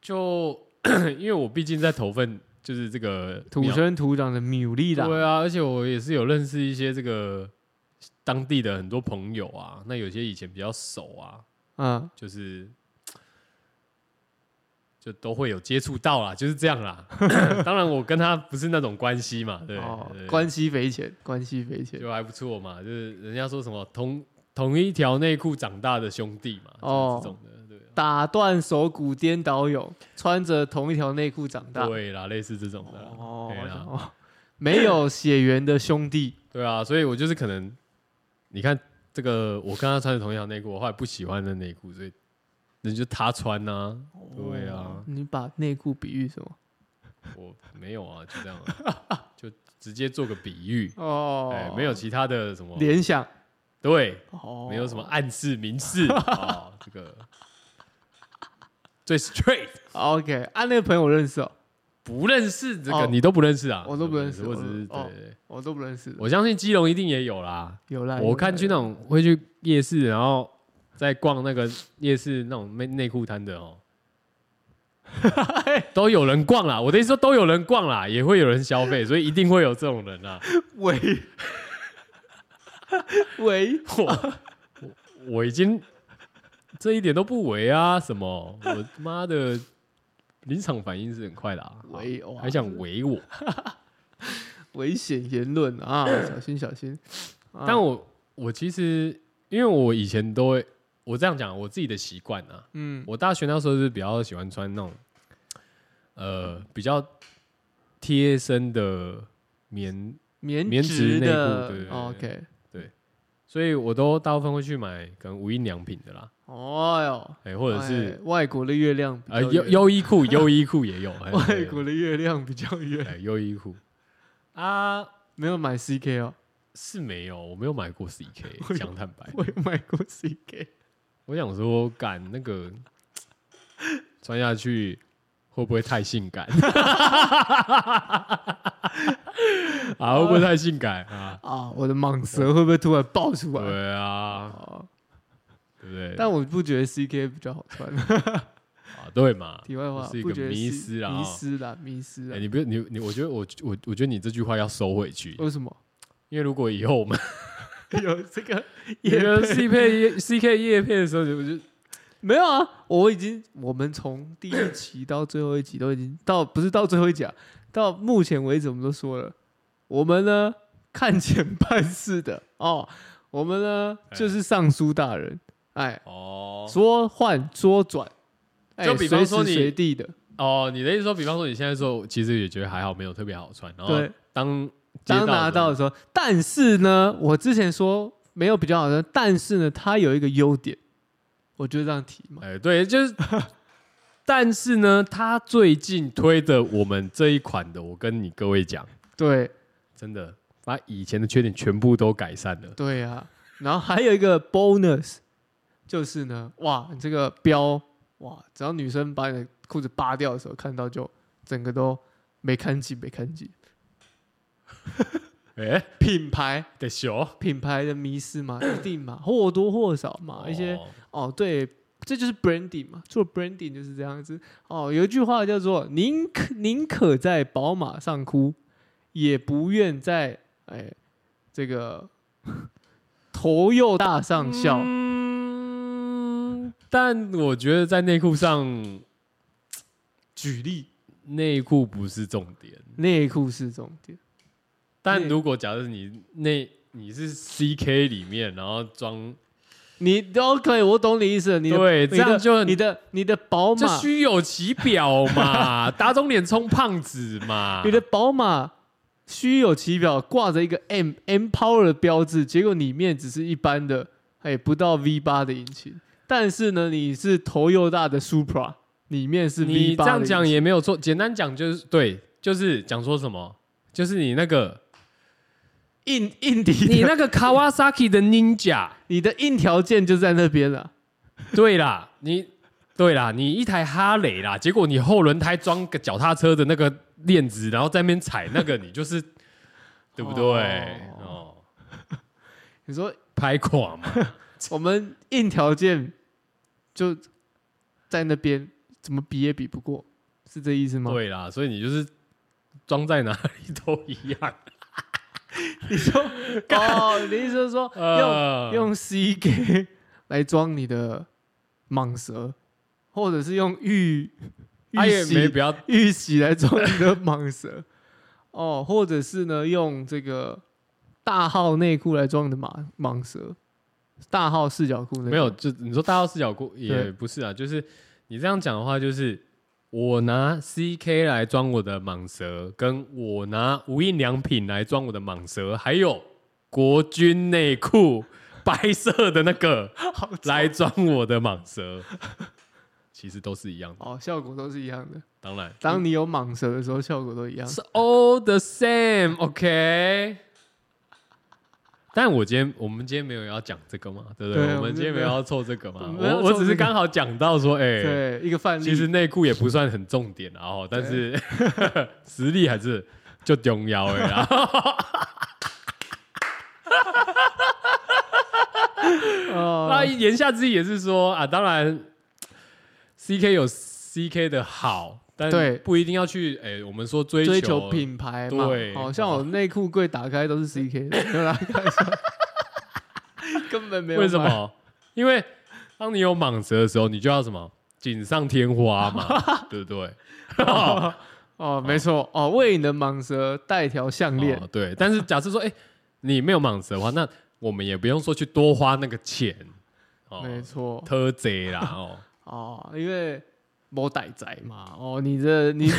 A: 就 因为我毕竟在头份，就是这个
B: 土
A: 苗
B: 生土长的米粒啦，
A: 对啊，而且我也是有认识一些这个当地的很多朋友啊，那有些以前比较熟啊，
B: 嗯，
A: 就是就都会有接触到啦，就是这样 啦。当然我跟他不是那种关系嘛，对，
B: 哦
A: 对，
B: 关系匪浅，关系匪浅，
A: 就还不错嘛，就是人家说什么同同一条内裤长大的兄弟嘛，哦
B: 哦，
A: 这种的，对啊
B: 打断手骨颠倒勇，穿着同一条内裤长大。
A: 对啦，类似这种的啦，
B: 哦，
A: 对
B: 我想
A: 啊，
B: 哦没有血缘的兄弟，
A: 对啊，所以我就是可能，你看这个，我跟他穿的同一条内裤，我后来不喜欢的内裤，所以人就他穿呐、对啊
B: 哦，你把内裤比喻什么？
A: 我没有啊，就这样、啊， 就直接做个比喻，
B: 哦
A: 哎、没有其他的什么，
B: 联想，
A: 对，
B: 哦，
A: 没有什么暗示明示 啊、这个最 straight。
B: OK，啊，那个朋友我认识哦，
A: 不认识这个，
B: 哦
A: 你都不认识啊？
B: 我都哦不认识
A: 我只是
B: 我
A: 对对对
B: 我都不认识的。
A: 我相信基隆一定也有啦。
B: 有啦，有
A: 我
B: 啦
A: 看去那，种会去夜市，然后在逛那个夜市那种内内裤摊的哦， 都有人逛啦。我的意思说都有人逛啦，也会有人消费，所以一定会有这种人啊啦。
B: 有啦喂 喂，
A: 我 我我已经这一点都不违啊，什么我妈的临场反应是很快的啊，
B: 喂哇
A: 还想围我。
B: 危险言论啊，小心小心。啊
A: 但我我其实因为我以前都会，我这样讲我自己的习惯啊，
B: 嗯
A: 我大学那时候是比较喜欢穿那种，呃，比较贴身的棉，
B: 棉
A: 棉质内裤
B: 的
A: 对对对
B: 哦 OK，
A: 所以我都大部分会去买可能无印良品的啦，
B: 哦哟，
A: 哎、或者是
B: 哎外国的月亮比较
A: 呃优
B: 圆
A: 优衣库， 优衣库也有，哎
B: 外
A: 对
B: 国的月亮比较圆，
A: 哎优衣库 啊
B: 没有买 CK 哦，
A: 是没有，我没有买过 CK，讲坦白，
B: 我有买过 CK，
A: 我想说，干那个穿下去会不会太性感？ 啊，会不会太性感啊？
B: 啊，我的蟒蛇会不会突然爆出来？
A: 对啊，
B: 哦，
A: 对对不对？
B: 但我不觉得 CK 比较好穿。
A: 啊，对嘛？
B: 题外话，
A: 这是一
B: 不
A: 个
B: 觉得
A: 迷
B: C-
A: 思啦
B: 迷啊
A: 哦
B: 失啦，迷失
A: 哎、
B: 啦。
A: 你不你你，我觉得我我我觉得你这句话要收回去，
B: 为什么
A: 因为如果以后我们
B: 有这个
A: 有
B: 业配
A: C 配 C K 叶配的时候，我就
B: 没有啊，我已经，我们从第一集到最后一集都已经到，不是到最后一集啊，到目前为止我们都说了，我们呢看钱办事的 哦，我们呢
A: 哎
B: 就是尚书大人，哎，
A: 哦
B: 说换说转，哎，
A: 就比方说你
B: 随时随地的，
A: 哦，你的意思说，比方说你现在说，其实也觉得还好，没有特别好穿，然后
B: 对
A: 当
B: 当拿到的时候，但是呢，我之前说没有比较好的，但是呢，它有一个优点，我就这样提嘛，
A: 哎、对，就是， 但是呢，他最近推的我们这一款的，我跟你各位讲，
B: 对
A: 真的把以前的缺点全部都改善 了。
B: 对啊，然后还有一个 bonus，就是呢，哇，你这个标，哇，只要女生把你的裤子扒掉的时候看到，就整个都没看紧，没看紧。
A: 哎、
B: 品牌
A: 得修
B: 品牌的迷失嘛，一定嘛，或多或少嘛，一些
A: 哦
B: 哦，对，这就是 branding 嘛，做 branding 就是这样子。哦，有一句话叫做“宁可宁可在宝马上哭，也不愿在哎这个 头又大上笑”
A: 嗯，但我觉得在内裤上，
B: 举例，
A: 内裤不是重点。
B: 内裤是重点。
A: 但
B: 内
A: 如果假设你内你是 CK 里面，然后装
B: 你 OK，我懂你意思了。你的
A: 对
B: 你的
A: 这样就很
B: 你的你的宝
A: 这
B: 马，
A: 虚有其表 嘛，打肿脸充胖子嘛。
B: 你的宝马虚有其表，挂着一个 M M Power 的标志，结果里面只是一般的，哎，不到 V 八的引擎。但是呢，你是头又大的 Supra，里面是 V
A: 你这
B: 八。
A: 样讲也没有错，简单讲就是对，就是讲说什么，就是你那个
B: 硬硬底
A: 你
B: 的，
A: 那个 Kawasaki 的 Ninja，
B: 你的硬条件就在那边了。
A: 对啦，你对啦，你一台哈雷啦，结果你后轮胎装个脚踏车的那个链子，然后在那边踩那个，你就是对不对？哦，
B: 你说
A: 拍垮嘛，
B: 我们硬条件就在那边，怎么比也比不过，是这意思吗？
A: 对啦，所以你就是装在哪里都一 样，
B: 你说哦，你意思是说用
A: 呃，
B: 用 CK 来装你的蟒蛇，或者是用玉
A: 他
B: 玉
A: 啊也没
B: 玺
A: 必要
B: 玉玺来装你的蟒蛇，哦，或者是呢用这个大号内裤来装你的蟒蟒蛇，大号四角裤那
A: 没有，就你说大号四角裤也
B: 对
A: 不是啊，就是你这样讲的话，就是我拿 CK 来装我的蟒蛇，跟我拿无印良品来装我的蟒蛇，还有国军内裤白色的那个
B: 好
A: 来装我的蟒蛇，其实都是一样的。
B: 哦，效果都是一样的。
A: 当然，
B: 当你有蟒蛇的时候，效果都一样。
A: 是 all the same，OK、但我今天，我们今天没有要讲这个嘛，对不对？
B: 对
A: 我们
B: 我们
A: 今天没
B: 没
A: 有
B: 有
A: 要凑这个嘛
B: 我。们没有
A: 我
B: 凑
A: 我只
B: 这
A: 是
B: 个
A: 刚好讲到说，哎、
B: 对，一个范例。
A: 其实内裤也不算很重点啊，哦，但是实力还是就重要哎 啦。
B: 哦
A: 那言下之意也是说啊，当然 CK 有 CK 的好，但
B: 对
A: 不一定要去哎、我们说追
B: 追求品牌嘛，
A: 对哦
B: 好、像我内裤柜打开都是 CK，的没有啦，开玩笑 根本没有。
A: 为什？么？因为当你有蟒蛇的时候，你就要什么锦上添花 嘛，对不对？
B: 哦，没错，哦，为你的蟒蛇带条项链，
A: 哦、对，但是假设说，哎、你没有蟒蛇的话，那我们也不用说去多花那个钱，哦，
B: 没错，
A: 特贼啦，哦，
B: 哦，因为某歹仔嘛，哦，你这你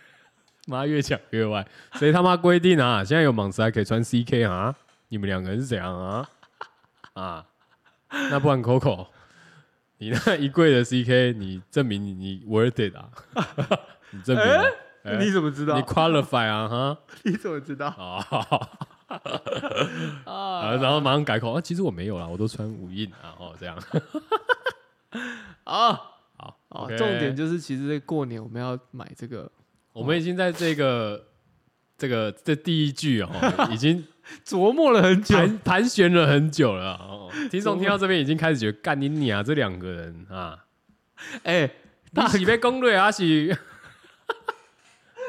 A: 妈越讲越歪，谁他妈规定啊？现在有蟒蛇还可以穿 CK 啊？你们两个人是怎样啊？啊，那不然 Coco，你那一柜的 CK，你证明你你 worth it 啊？ 你证明啊、 哎
B: 你怎么知道
A: 你？qualify 啊哈？
B: 你怎么知道
A: 哦 好好好
B: 啊
A: 啊，？然后马上改口啊，其实我没有啦，我都穿无印啊，哦，这样。
B: 啊，
A: 好，
B: 哦，
A: OK
B: 重点就是其实这过年我们要买这个，
A: 我们已经在这个这个这第一句哦，已经
B: 琢磨了很久，
A: 盘盘旋了很久了啊。哦，听众听到这边已经开始觉得干你你啊，这两个人啊，
B: 哎，
A: 你喜被攻略啊喜。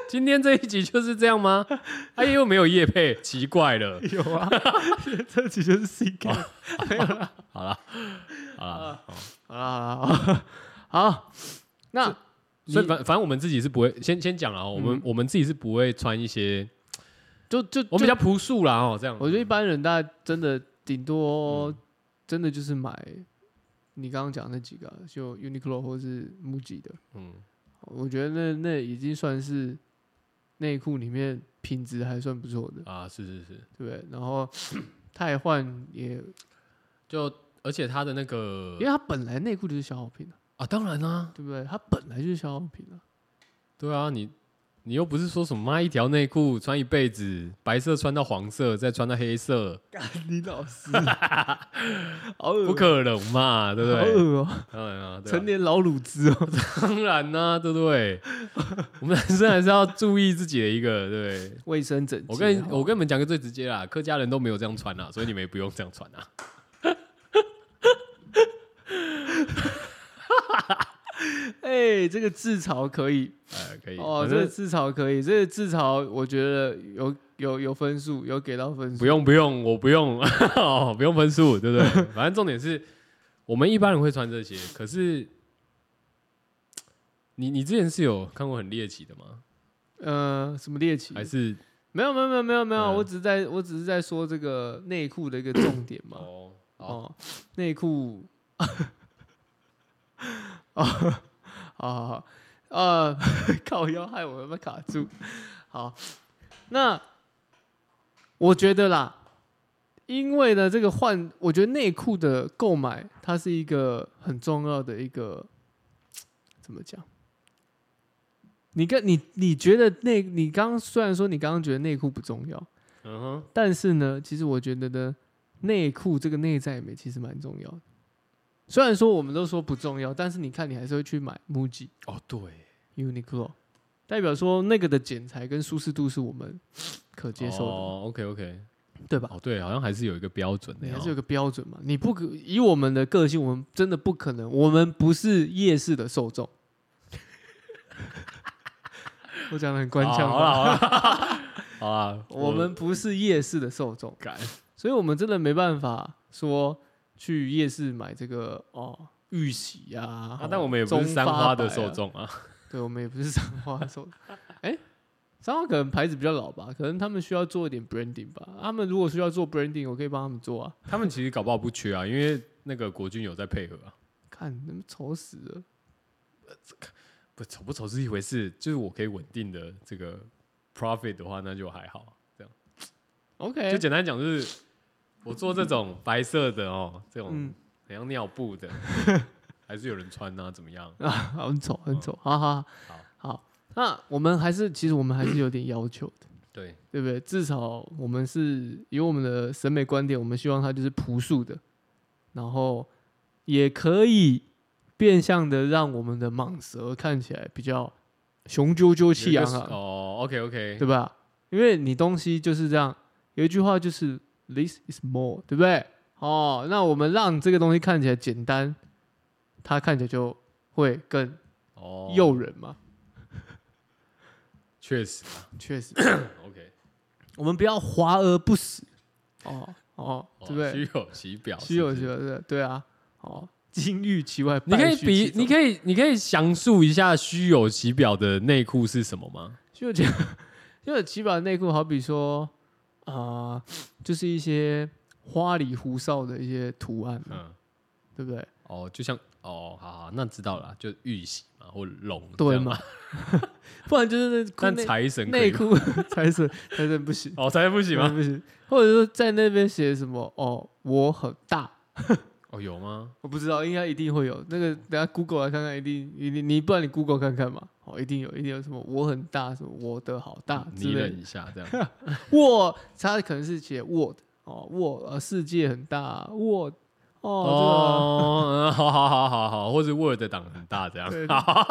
A: 今天这一集就是这样吗？哎、又没有叶配，奇怪了。
B: 有啊， 这其实是 CK，
A: 哦好了，好了，好
B: 好啦啊好啦好，那
A: 所以反反正我们自己是不会先先讲了哦，我们、
B: 嗯
A: 我们自己是不会穿一些，
B: 就就
A: 我们比
B: 就
A: 较朴素啦哦，这样。
B: 我觉得一般人大家真的顶多
A: 嗯
B: 真的就是买你刚刚讲那几个啊，就 Uniqlo 或是 MUJI 的，
A: 嗯，
B: 我觉得那那已经算是内裤里面品质还算不错的，
A: 啊，是是是，
B: 对不对？然 后汰换也，
A: 就而且它的那个
B: 因为它本来内裤就是消耗品啊，
A: 啊，当然啦、
B: 对不对？它本来就是消耗品 啊，
A: 对啊，你你又不是说什么妈一条内裤穿一辈子，白色穿到黄色，再穿到黑色，
B: 你老 师，好恶
A: 不可能嘛，对不
B: 好
A: 对？
B: 恶哦，
A: 当然啊，对啊
B: 成年老乳汁哦，
A: 当然啦、对不对？ 我们男生还是要注意自己的一个，对不对？
B: 卫生整洁。
A: 我跟
B: 好不好
A: 我跟你们讲个最直接啦，客家人都没有这样穿啦，啊所以你们也不用这样穿啊啦。
B: 哎、这个自嘲可以
A: 哎，可以
B: 哦，
A: 反
B: 这个
A: 正
B: 自嘲可以，这个自嘲我觉得有有有分数，有给到分
A: 不
B: 数。
A: 用不用，我不用， 哦不用分数，对不 对？反正重点是我们一般人会穿这些，可是你你之前是有看过很猎奇的吗？
B: 呃，什么猎奇？
A: 还是
B: 没有没有没有没有没有，
A: 嗯
B: 我只是在我只是在说这个内裤的一个重点嘛。
A: 哦好
B: 哦，内裤， 哦，好好好，呃， 靠腰害我他妈卡住。好，那我觉得啦，因为呢，这个换，我觉得内裤的购买，它是一个很重要的一个，怎么讲？你跟你你觉得内，你刚刚虽然说你刚刚觉得内裤不重要，
A: 嗯哼，
B: 但是呢，其实我觉得呢，内裤这个内在美其实蛮重要的。虽然说我们都说不重要，但是你看，你还是会去买 MUJI、
A: 哦对，
B: Uniqlo，代表说那个的剪裁跟舒适度是我们可接受的，
A: 哦，OK OK，
B: 对吧？
A: 哦对，好像还是有一个标准的
B: 你
A: 哦，
B: 还是有个标准嘛。你不可以我们的个性，我们真的不可能，我们不是夜市的受众。 我讲的很官腔
A: 哦好
B: 吧，
A: 了好了， 好啊，
B: 我们不是夜市的受众。
A: 敢
B: 所以我们真的没办法说去夜市买这个哦玉玺呀、啊
A: 啊，但我们也不是三花的受，
B: 中发
A: 众啊，
B: 白啊对我们也不是三花的受众。 哎、三花可能牌子比较老吧，可能他们需要做一点 branding 吧。他们如果需要做 branding，我可以帮他们做啊。
A: 他们其实搞不好不缺啊，因为那个国军有在配合啊。
B: 看，那么丑死了。
A: 不丑不丑是一回事，就是我可以稳定的这个 profit 的话，那就还好。这样
B: OK，
A: 就简单讲，就是我做这种白色的哦，这种
B: 嗯
A: 很像尿布的，还是有人穿啊，怎么样？
B: 啊， 很丑，很丑，哈哈。
A: 哦好，
B: 好，那我们还是，其实我们还是有点要求的，
A: 对，
B: 对不对？至少我们是以我们的审美观点，我们希望它就是朴素的，然后也可以变相的让我们的蟒蛇看起来比较雄赳赳气
A: 有
B: 昂
A: 一个
B: 昂，
A: 哦，OK OK，
B: 啊对吧？因为你东西就是这样，有一句话就是 “this is more”，对不对？哦，那我们让这个东西看起来简单，它看起来就会更
A: 哦，
B: 诱人嘛，
A: 确实啊
B: 确实，
A: ，OK，
B: 我们不要华而不实，哦哦，
A: 哦
B: 对不对？
A: 虚有其表，
B: 虚有
A: 是
B: 其
A: 不是。
B: 表，对对啊，哦，金玉其外，
A: 你可
B: 败
A: 以
B: 絮其
A: 比，
B: 中
A: 你可以，你可以详述一下虚有其表的内裤是什么吗？
B: 虚有其虚有其表的内裤，好比说啊、呃就是一些花里胡哨的一些图案嘛，
A: 嗯，
B: 对不对？
A: 哦，就像哦，好好，那知道了，就玉玺嘛，或龙，
B: 对嘛？？不然就 是那
A: 但
B: 内
A: 财神可以
B: 内
A: 吗
B: 裤 财神财神不行，
A: 哦，财神不行
B: 财神
A: 吗？
B: 不行，或者说在那边写什么哦，我很大，
A: 哦，有吗？
B: 我不知道，应该一定会有那个，等下 Google 来看看，一定一定你不然你 Google 看看嘛，哦，一定有，一定有什么我很大，什么我的好大之
A: 嗯你
B: 类
A: 忍
B: 的。
A: 一下，这样
B: 我它可能是写 Word 哦，Word 呃世界很大，Word 哦，
A: 哦，嗯好好好好好，或者 Word 档很大这样
B: 对，对
A: 好，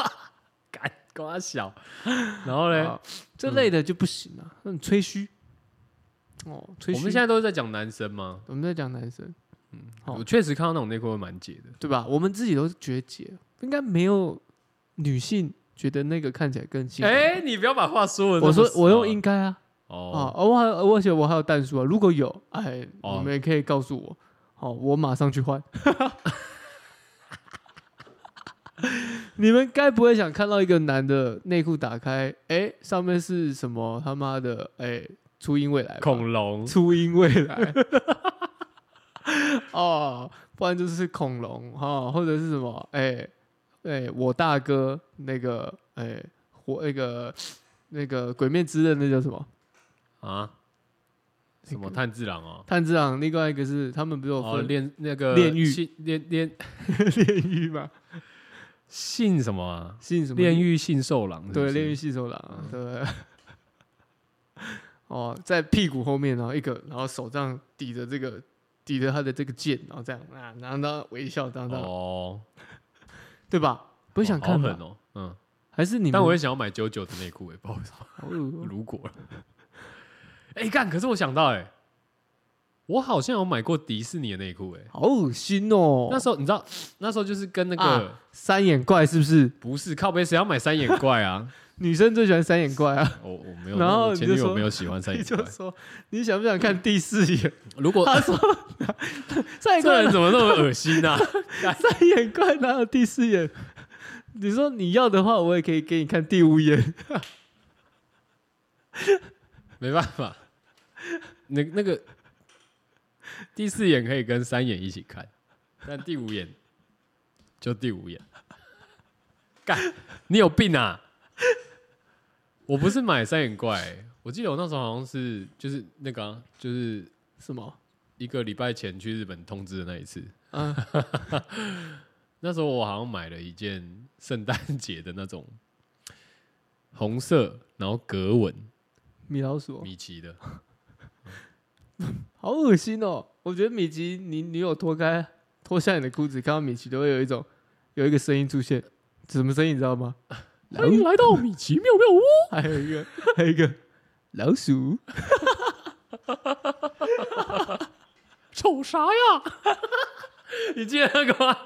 A: 干瓜小，然后
B: 这个
A: 嘞，嗯
B: 好这类的就不行啊，那种吹嘘哦，吹
A: 我
B: 嘘。
A: 们现在都是在讲男生吗？
B: 我们在讲男生，好
A: 我确实看到那种内裤会蛮解的。
B: 对吧？我们自己都是绝节，应该没有女性觉得那个看起来更性感。
A: 哎、你不要把话说了。
B: 我说我用应该啊，啊，
A: 哦
B: 而我还而且我还有蛋叔啊，如果有，哎，
A: 哦
B: 你们也可以告诉我，好，我马上去换。 你们该不会想看到一个男的内裤打开，哎，上面是什么他妈的，哎，初音未来吧，
A: 恐龙，
B: 初音未来， 哦，不然就是恐龙哈、哦，或者是什么，哎、哎、我大哥那个，哎、我那个那个《鬼面之刃》那叫什么？
A: 啊，什么炭治郎哦，
B: 炭治郎，另外一个是他们不是有
A: 哦，
B: 分
A: 炼那个
B: 炼狱
A: 性炼炼
B: 炼狱吗？
A: 性什么啊？
B: 姓什么？
A: 炼狱性兽狼是不
B: 对，
A: 是，
B: 炼狱系手狼啊，对。 哦，在屁股后面，然后一个，然后手这样抵着这个，抵着他的这个剑，然后这样啊，然后他微笑，这样这样，
A: 哦，
B: 对吧？不会想
A: 哦
B: 看
A: 好
B: 吧？
A: 狠哦，嗯，
B: 还是你们？
A: 但我也想要买九九的内裤，哎，不好意思，
B: 好恶哦
A: 如果， 哎干，可是我想到，哎，我好像有买过迪士尼的内裤，哎，
B: 好恶心哦！
A: 那时候你知道，那时候就是跟那个
B: 啊三眼怪是不是？
A: 不是靠背，谁要买三眼怪啊？
B: 女生最喜欢三眼怪啊！
A: 我我没有，
B: 然后
A: 我
B: 你就
A: 前女友
B: 说
A: 没有喜欢三
B: 你
A: 眼
B: 就
A: 怪。
B: 说你想不想看第 四眼？
A: 如果
B: 他说三眼
A: 这
B: 怪
A: 人怎么那么恶心呢、啊？
B: 三眼怪哪有第四眼？你说你要的话，我也可以给你看第五眼。
A: 没办法，那那个第四眼可以跟三眼一起看，但第五眼就第五眼。干，你有病啊！我不是买三眼怪、欸我记得我那时候好像是就是那个啊、就是
B: 什么？
A: 一个礼拜前去日本通知的那一次。
B: 嗯
A: 那时候我好像买了一件圣诞节的那种红色，然后格纹
B: 米老鼠哦、
A: 米奇的，
B: 好恶心哦！我觉得米奇，你你有脱开脱下你的裤子，看到米奇都会有一种有一个声音出现，什么声音你知道吗？
A: 欢迎来到米奇妙妙屋。
B: 还有一个，还有一个老鼠。
A: 瞅啥呀？ 你记得那个吗？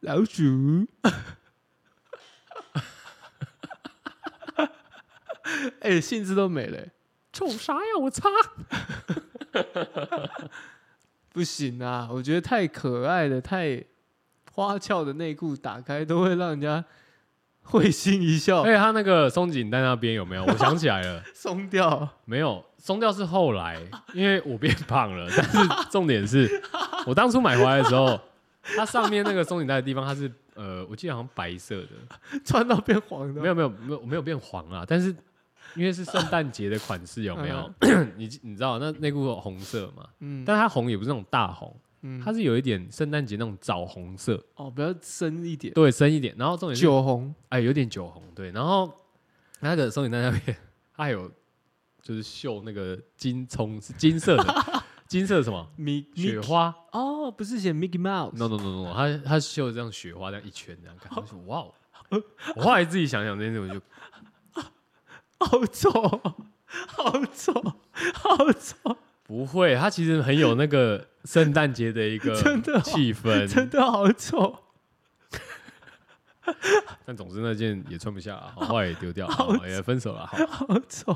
B: 老鼠。 哎、兴致都没了欸、
A: 瞅啥呀？我擦！
B: 不行啊！我觉得太可爱的、太花俏的内裤打开都会让人家会心一笑
A: 而，哎且他那个松紧带那边有没有？我想起来 了，
B: 松掉。
A: 没有松掉是后来，因为我变胖了。但是重点是我当初买回来的时候，它上面那个松紧带的地方，它是呃，我记得好像白色的，
B: 穿到变黄的，
A: 没有没有没有我没有变黄啊，但是。因为是圣诞节的款式，有没有？ 你你知道那内裤有红色嘛？
B: 嗯
A: 但它红也不是那种大红，
B: 嗯，
A: 它是有一点圣诞节那种枣红色，
B: 哦，比较深一点，
A: 对，深一点。然后重点是
B: 酒红
A: 哎，有点酒红，对。然后那个松紧带那边，它还有就是绣那个金葱，是金色的，金色的什 么
B: 米米
A: 雪花
B: 哦，不是写 Mickey Mouse，
A: ？No No No No，它它绣这样雪花，这样一圈这样看，我就 哇哦！我后来自己想想这件事，我就
B: 好丑，好丑，好丑，
A: 不会，它其实很有那个圣诞节的一个
B: 真的哦
A: 气
B: 真
A: 氛。
B: 的好丑，
A: 但总之那件也穿不下啊，好后来也丢掉，
B: 哦 好
A: 好也分手了，好，
B: 好丑。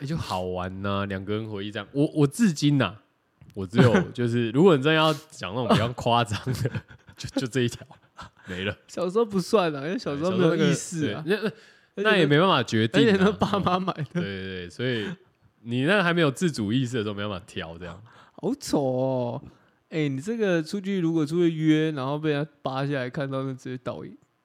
A: 也哎就好玩呐、两个人回忆这样。我我至今呐、我只 有就是，如果你真的要讲那种比较夸张的，就就这一条没了。
B: 小时候不算啊，因为小时候没有意识啊，
A: 对那那
B: 而且
A: 那也没办法决
B: 而
A: 定、
B: 且
A: 啊，
B: 都爸妈买的，
A: 对对对，所以你那个还没有自主意识的时候，没办法挑这样。
B: 好丑哦！哎、你这个出去如果出去约，然后被人家扒下来，看到那直接倒，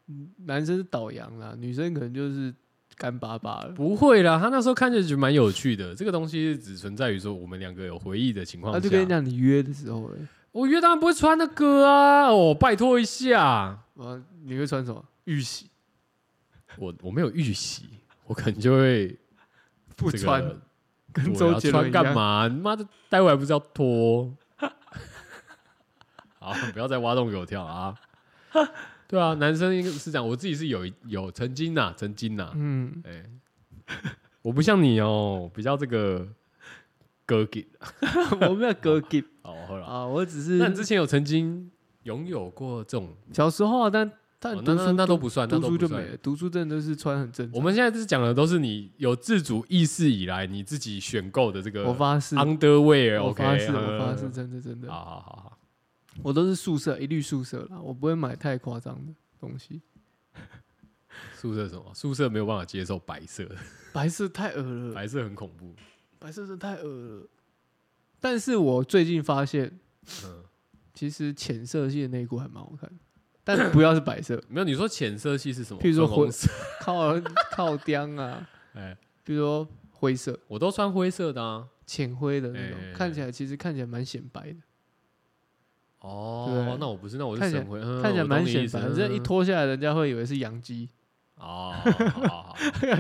B: 嗯男生是倒羊啦，女生可能就是干巴巴了。
A: 不会啦，他那时候看起来就蛮有趣的。这个东西只存在于说我们两个有回忆的情况
B: 他、
A: 下。
B: 啊就跟你讲你约的时候哎了，
A: 我约当然不会穿那个啊，哦，拜托一下，
B: 啊，你会穿什么？
A: 预习，我我没有预习，我可能就会
B: 不
A: 这个
B: 穿，跟
A: 我
B: 周
A: 要
B: 杰
A: 穿
B: 伦一
A: 干
B: 样？
A: 嘛？你妈的，待会还不是要脱？ 好，不要再挖洞给我跳啊！对啊，男生应该是这样，我自己是有一有曾经呐、曾经呐、
B: 嗯，
A: 哎、我不像你哦，比较这个哥给
B: 我没有割 给
A: 哦，好了。
B: 啊，我只
A: 那你之
B: 是
A: 前有曾经拥有过这种？
B: 小时候啊，但但
A: 哦那
B: 读
A: 那
B: 书
A: 那
B: 都
A: 都不算，那
B: 读
A: 都
B: 书
A: 不
B: 就没
A: 算。
B: 了，读书真的都是穿很正
A: 我
B: 常。
A: 们现在就是讲的都是你有自主意识以来你自己选购的这个
B: 我发誓，我
A: underwear，OK，呃
B: 发誓，我发誓，真的真的，
A: 好好好好，
B: 我都是宿舍一律宿舍啦，我不会买太夸张的东西，
A: 宿舍什么？宿舍没有办法接受白色的，
B: 白色太恶了，
A: 白色很恐怖。
B: 白色真的太恶了。但是我最近发现，
A: 嗯，，
B: 其实浅色系的内裤还蛮好看的，但不要是白色
A: 没有，你说浅色系是什么？
B: 譬如说
A: 粉红
B: 灰
A: 色，
B: 靠靠裆啊，
A: 哎，
B: 比如说灰色、
A: 我都穿灰色的啊。
B: 浅灰的那
A: 哎哎哎
B: 种，看起来其实看起来蛮显白的，
A: 哦
B: 对，
A: 那我不是，那我是
B: 看起来
A: 神灰，嗯
B: 看起来
A: 我懂
B: 蛮
A: 你意
B: 显
A: 思
B: 白的，这一
A: 嗯
B: 脱下来，人家会以为是洋基，
A: 哦，好好好好，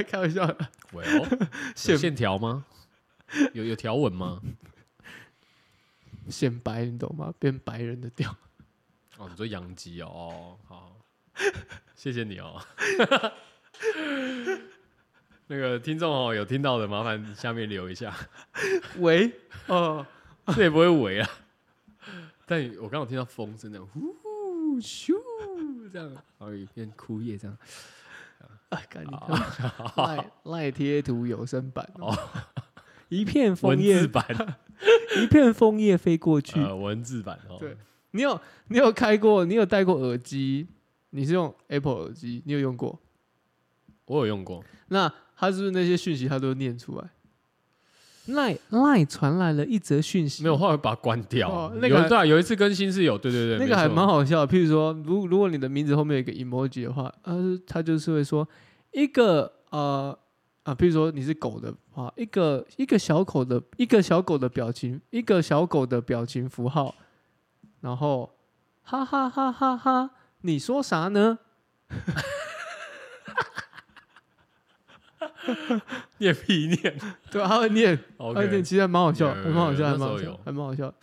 B: 开玩笑的，
A: 喂 哦，有
B: 显
A: 线条吗？有有条纹吗？
B: 显白，你懂吗？变白人的调。
A: 哦，你说洋基哦，哦，好，谢谢你哦。 那个听众哦，有听到的麻烦下面留一下，
B: 喂，哦，
A: 这也不会围啊。但我刚好听到风声这样，呼咻这样，然后一片枯叶这样。
B: 啊，看你看 赖赖贴图有声版哦， 一片
A: 文
B: 枫
A: 字
B: 叶，
A: 版，
B: 一片枫叶飞过去。
A: 呃，文字版哦。
B: 对你有你有开过，你有戴过耳机？你是用 Apple 耳机，你有用过？
A: 我有用过。
B: 那它是不是那些讯息它都念出来？赖赖传来了一则讯息，
A: 没有，后来把它关掉。
B: 哦那个
A: 有
B: 还
A: 对啊，有一次更新是有，对对对，
B: 那个还
A: 没错
B: 蛮好笑的。譬如说，如如果你的名字后面有一个 emoji 的话，呃，它就是会说一个呃啊，譬如说你是狗的话，一个一个小狗的一个小狗的表情，一个小狗的表情符号，然后哈哈哈哈哈，你说啥呢？
A: 念屁念。
B: 对，他会念，他
A: OK
B: 会念，其实还蛮好笑，
A: 有有
B: 还蛮好
A: 有
B: 笑，还
A: 那
B: 蛮
A: 时
B: 好
A: 候
B: 笑
A: 有，
B: 还蛮好笑。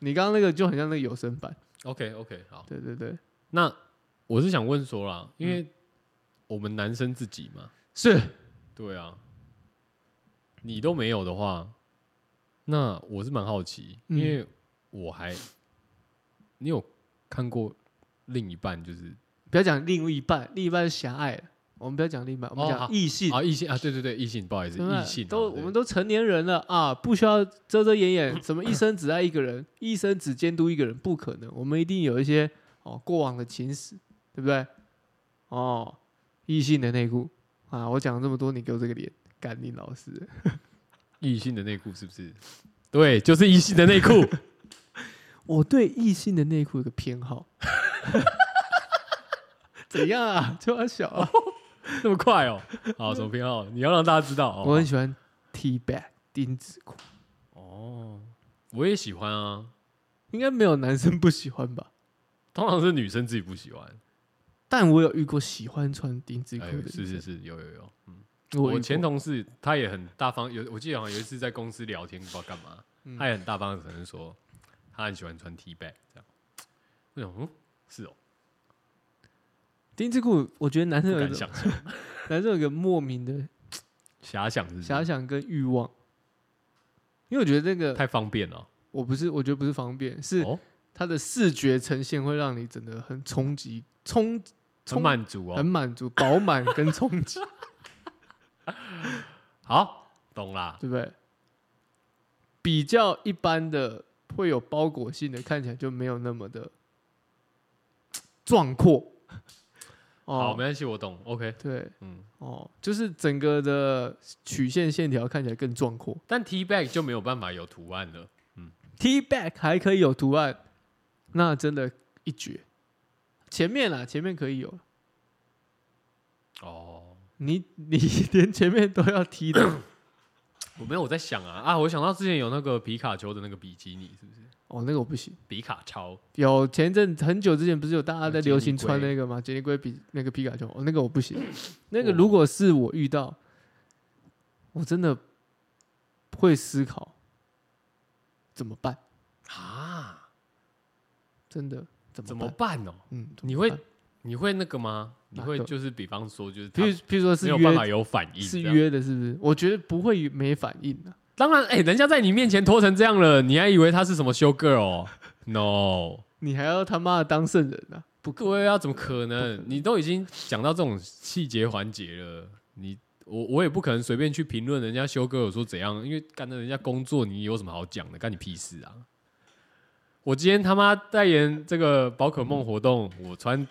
B: 你刚刚那个就很像那个有声版，
A: OK OK，好。
B: 对对对，
A: 那我是想问说啦，因
B: 嗯
A: 为我们男生自己嘛，
B: 是
A: 对啊，你都没有的话，那我是蛮好奇，
B: 嗯
A: 因为我还，你有看过另一半就是
B: 不要讲另一半，另一半是狭隘的，我们不要讲另一半，我们
A: 哦
B: 讲
A: 好
B: 异性。
A: 啊异性啊，对对对，异性，不好意思，
B: 对不对
A: 异性啊
B: 都
A: 对
B: 我们都成年人了啊，不需要遮遮掩掩，什么一生只爱一个人，一生只监督一个人，不可能。我们一定有一些哦过往的情史，对不对？哦，异性的内裤啊，我讲了这么多，你给我这个脸，干你老师。
A: 异性的内裤是不是？对，就是异性的 内裤，
B: 我对异性的内裤有个偏好， 怎样啊？就要小啊，
A: 那么快哦，好，什么偏好？你要让大家知道哦，
B: 我很喜欢 T back 丁字裤，
A: 哦，我也喜欢啊，
B: 应该没有男生不喜欢吧？
A: 通常是女生自己不喜欢，
B: 但我有遇过喜欢穿丁字裤
A: 哎
B: 的女
A: 是
B: 生，
A: 是是，有有有，
B: 遇
A: 我
B: 过
A: 前同事他也很大方，有我记得好像有一次在公司聊天，不知道干嘛，
B: 嗯
A: 他也很大方的承认说他很喜欢穿 T 恤这样。我想，嗯，是哦，
B: 丁字裤，我觉得男生
A: 不
B: 有一
A: 敢
B: 种
A: 想象，嗯
B: 男生有一个莫名的
A: 遐想是不是
B: 遐想跟欲望，因为我觉得那个
A: 太方便了。
B: 我不是，我觉得不是方便，是
A: 嗯哦，
B: 它的视觉呈现会让你真的很冲击、冲、
A: 很
B: 充
A: 满足
B: 很
A: 哦。
B: 满 足、饱满跟冲击，
A: 好，懂啦。
B: 对不对？比较一般的会有包裹性的，看起来就没有那么的壮阔。
A: 好，
B: 哦，
A: 没关系，我懂。OK，
B: 对，
A: 嗯，
B: 哦，就是整个的曲线线条看起来更壮阔。
A: 但 T bag 就没有办法有图案了。
B: T back 还可以有图案，那真的一绝。前面啦，前面可以有，
A: 哦，
B: 你你连前面都要踢的
A: 我没有，我在想啊啊，我想到之前有那个皮卡丘的那个比基尼，是不是？
B: 哦，那个我不行。
A: 比卡超，
B: 有前阵很久之前不是有大家在流行穿
A: 杰尼
B: 那个吗？杰尼龟比那个皮卡丘，哦，那个我不行。那个
A: 哦
B: 如果是我遇到，我真的会思考怎么办，
A: 啊，
B: 真的怎
A: 怎
B: 么
A: 么
B: 办？
A: 办哦？
B: 嗯，怎么
A: 你会
B: 办
A: 你会那个吗？你
B: 哪
A: 会
B: 个
A: 就是比方说就是
B: 譬
A: 他
B: 如譬如说是
A: 没有办法
B: 约
A: 有反应，
B: 是
A: 这样。
B: 约的，是不是？我觉得不会没反应啊。
A: 当然，哎、人家在你面前拖成这样了，你还以为他是什么修 girl 哦？No，
B: 你还要他妈的当圣人啊？
A: 不对啊，怎么可能？你都已经讲到这种细节环节了，你我我也不可能随便去评论人家修 girl 说怎样，因为干的人家工作，你有什么好讲的？干你屁事啊！我今天他妈代言这个宝可梦活动，我穿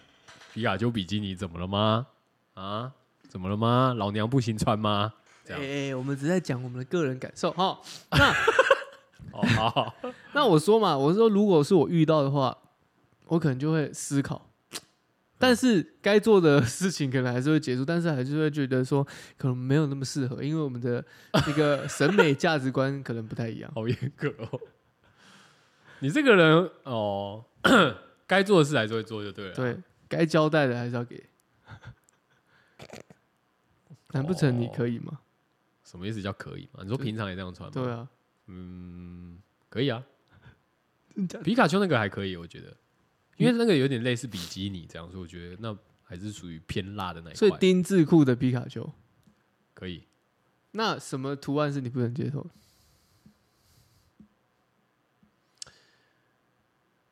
A: 皮卡丘比基尼，怎么了吗？啊，怎么了吗？老娘不行穿吗？这
B: 哎、
A: 样
B: 哎我们只是在讲我们的个人感受哈。
A: 哦，好好，
B: 那我说嘛，我说如果是我遇到的话，我可能就会思考，但是该做的事情可能还是会结束，但是还是会觉得说可能没有那么适合，因为我们的那个审美价值观可能不太一样。
A: 好严格哦。你这个人哦， 该做的事还是会做 就对啊了。，
B: 对，该交代的还是要给。难不成你可以吗？
A: 什么意思叫可以嘛？你说
B: 就
A: 平常也这样穿吗？
B: 对，啊，
A: 嗯，可以啊。
B: 真假的
A: 皮卡丘那个还可以，我觉得，因为那个有点类似比基尼这样，所以我觉得那还是属于偏辣的那一
B: 所以
A: 块，
B: 丁字裤的皮卡丘，
A: 可以。
B: 那什么图案是你不能接受的？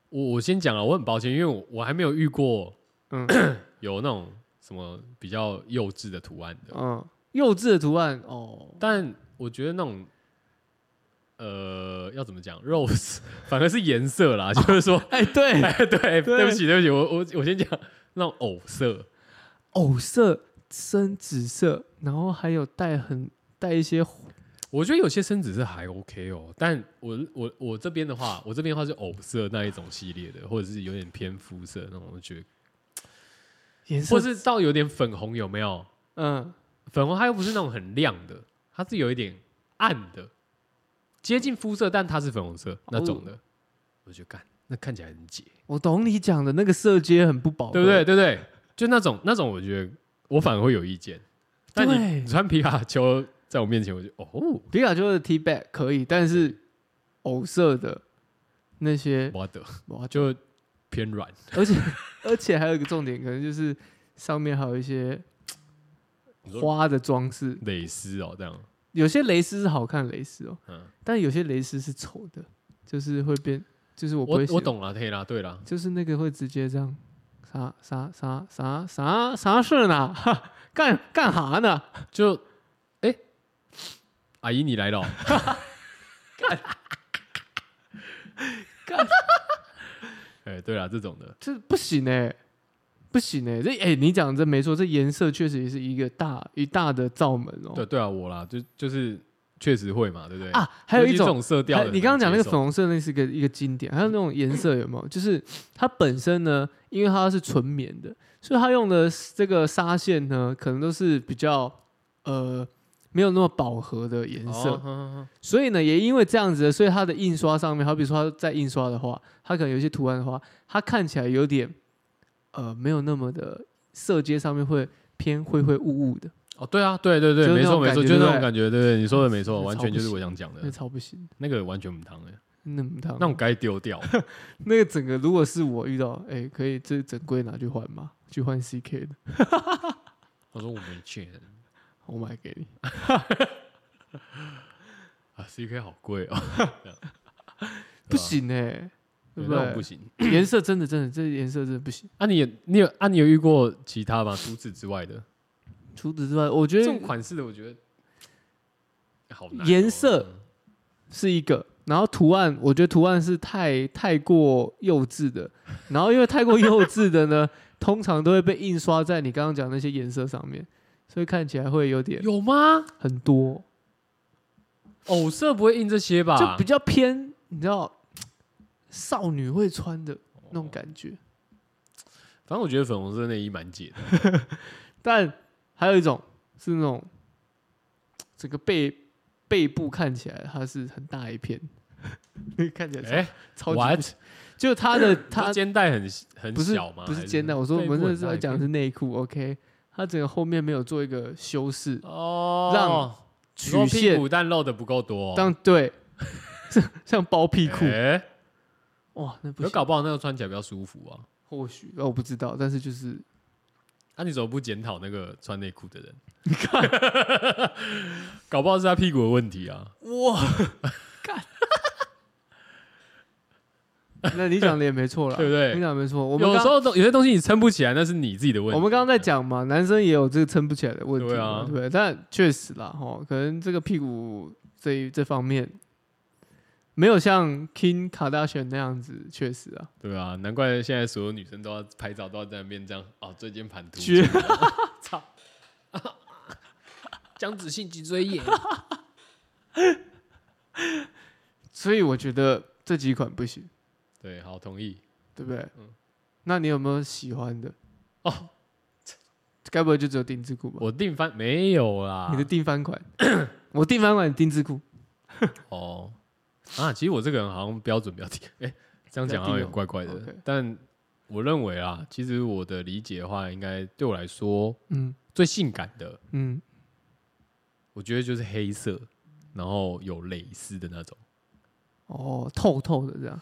A: 我我先讲了，我很抱歉，因为我我还没有遇过，
B: 嗯
A: 有那种什么比较幼稚的图案的，
B: 嗯，幼稚的图案哦，
A: 但我觉得那种，呃，要怎么讲，rose 反而是颜色啦，就是说，
B: 哎、对，
A: 哎， 对，
B: 对
A: 对不起，对不起，我我我先讲那种藕色，
B: 藕色、深紫色，然后还有带很带一些红
A: 我觉得有些深紫色还 OK 哦，但我我我这边的话，我这边的话是藕色那一种系列的，或者是有点偏肤色那种，我觉得，
B: 颜色，
A: 或是到有点粉红有没有？
B: 嗯，
A: 粉红它又不是那种很亮的，它是有一点暗的，接近肤色，但它是粉红色那种的，我就干，那看起来很解。
B: 我懂你讲的那个色阶很不饱，
A: 对不对？？对不对？就那种那种，我觉得我反而会有意见。但
B: 对
A: 你穿皮卡丘在我面前，我就哦，
B: 皮卡丘的 T back 可以，但是藕色的那些，
A: 我的
B: 哇，就
A: 就偏软。
B: 而且而且还有一个重点，可能就是上面还有一些
A: 你说
B: 花的装饰，
A: 蕾丝哦，这样，
B: 有些蕾丝是好看的蕾丝哦，
A: 嗯，
B: 但有些蕾丝是丑的，就是会变，就是我不
A: 我
B: 会喜
A: 我
B: 欢
A: 懂了，对啦，对啦，
B: 就是那个会直接这样，啥啥啥啥啥啥事呢？ 哈干干哈呢？
A: 就，哎、阿姨你来了哦、
B: 干
A: 哎、对啦，这种的，
B: 这不行哎、不行哎、这哎、你讲得真没错，这颜色确实也是一个大一大的罩门哦、
A: 对对啊，我啦，就就是确实会嘛，对不对？
B: 啊，还有
A: 尤
B: 一
A: 其这
B: 种，
A: 种色调
B: 还
A: 的，
B: 你刚刚讲那个
A: 很
B: 粉
A: 难接
B: 红色，那是一个一个经典，还有那种颜色有没有？就是它本身呢，因为它是纯棉的，所以它用的这个纱线呢，可能都是比较呃没有那么饱和的颜
A: 受
B: 色。
A: 哦 哼哼哼
B: 所以呢，也因为这样子的，所以它的印刷上面，好比说它在印刷的话，它可能有一些图案的话，它看起来有点呃没有那么的色阶上面会偏灰灰雾雾的，
A: 哦，对啊，对对
B: 就
A: 对，
B: 是
A: 没
B: 那
A: 错
B: 种
A: 没
B: 感
A: 错，
B: 觉
A: 就是那
B: 对
A: 种
B: 不对
A: 感觉，对对，你说的没错，
B: 那
A: 完
B: 超
A: 全
B: 不嗯
A: 就是我
B: 行
A: 想讲的
B: 那，超不行，
A: 那个完全不当的，
B: 那么烫，
A: 那种该丢掉。
B: 那个整个如果是我遇到，哎、可以这整柜拿去换吗？去换 CK 的，
A: 我说我没钱
B: 我买给你。
A: 啊，CK 好贵哦，
B: 不行哎、 对
A: 对
B: 不
A: 啊吧，那种不
B: 对？
A: 行。
B: 颜色真的真的，这颜色真的不行。
A: 啊，你也你有啊，你有遇过其他吗？除此之外的
B: 除此之外，我觉
A: 这种
B: 得
A: 款式的，我觉得好难哦。
B: 颜色
A: 嗯
B: 是一个，然后图案，我觉得图案是太太过幼稚的，然后因为太过幼稚的呢，通常都会被印刷在你刚刚讲那些颜色上面，所以看起来会有点
A: 有吗？
B: 很多，
A: 藕色不会印这些吧？
B: 就比较偏，你知道，少女会穿的那种感觉。
A: 反正我觉得粉红色内衣蛮解 的。
B: 但还有一种是那种整个背背部看起来它是很大一片， 那个看起来
A: 哎
B: 超超级不
A: ，what？
B: 行，就它的
A: 它
B: 它
A: 肩带很很
B: 不是
A: 小吗？
B: 不
A: 啊还
B: 是
A: 是
B: 肩带，我说我
A: 背
B: 们
A: 部
B: 这
A: 很
B: 是
A: 大
B: 在
A: 一
B: 讲的
A: 片
B: 是内裤，OK？它整个后面没有做一个修饰
A: 哦，你说
B: 曲
A: 屁
B: 线，
A: 股但露的不够多哦，
B: 当对，像包屁裤，
A: 哎
B: 哇，那不
A: 可
B: 行，
A: 搞不好那个穿起来比较舒服啊。
B: 或许哦我不知道，但是就是
A: 啊，你怎么不检讨那个穿内裤的 人？你看，搞不好是他屁股的问题啊。
B: 那你讲的也没错啦，
A: 对不对
B: 你讲的没错，我们
A: 有
B: 刚
A: 时候东有些东西你撑不起来，那是你自己的问题。
B: 我们刚刚在讲嘛，男生也有这个撑不起来的问题
A: 对
B: 嘛，
A: 啊
B: 对不对？但确实啦，哈，可能这个屁股这一这方面没有像 Kim Kardashian 那样子，确实啊，
A: 对啊，难怪现在所有女生都要拍照，都要在那边这样哦，椎间盘突
B: 绝
A: 出，操，僵直性脊椎炎。
B: 所以我觉得这几款不行，
A: 对，好，同意。
B: 对不对？
A: 嗯
B: 那你有没有喜欢的？
A: 哦，
B: 该不会就只有丁字裤吧？
A: 我啊定番没有啦。
B: 你的定番款，我定番款丁字裤，
A: 哦啊，其实我这个人好像标准比较低， 哎、这样讲好像有点怪怪的。
B: 比较低哦，OK
A: 但我认为啊，其实我的理解的话，应该对我来说
B: 嗯
A: 最性感的，
B: 嗯，
A: 我觉得就是黑色，然后有蕾丝的那种。
B: 哦，透透的这样，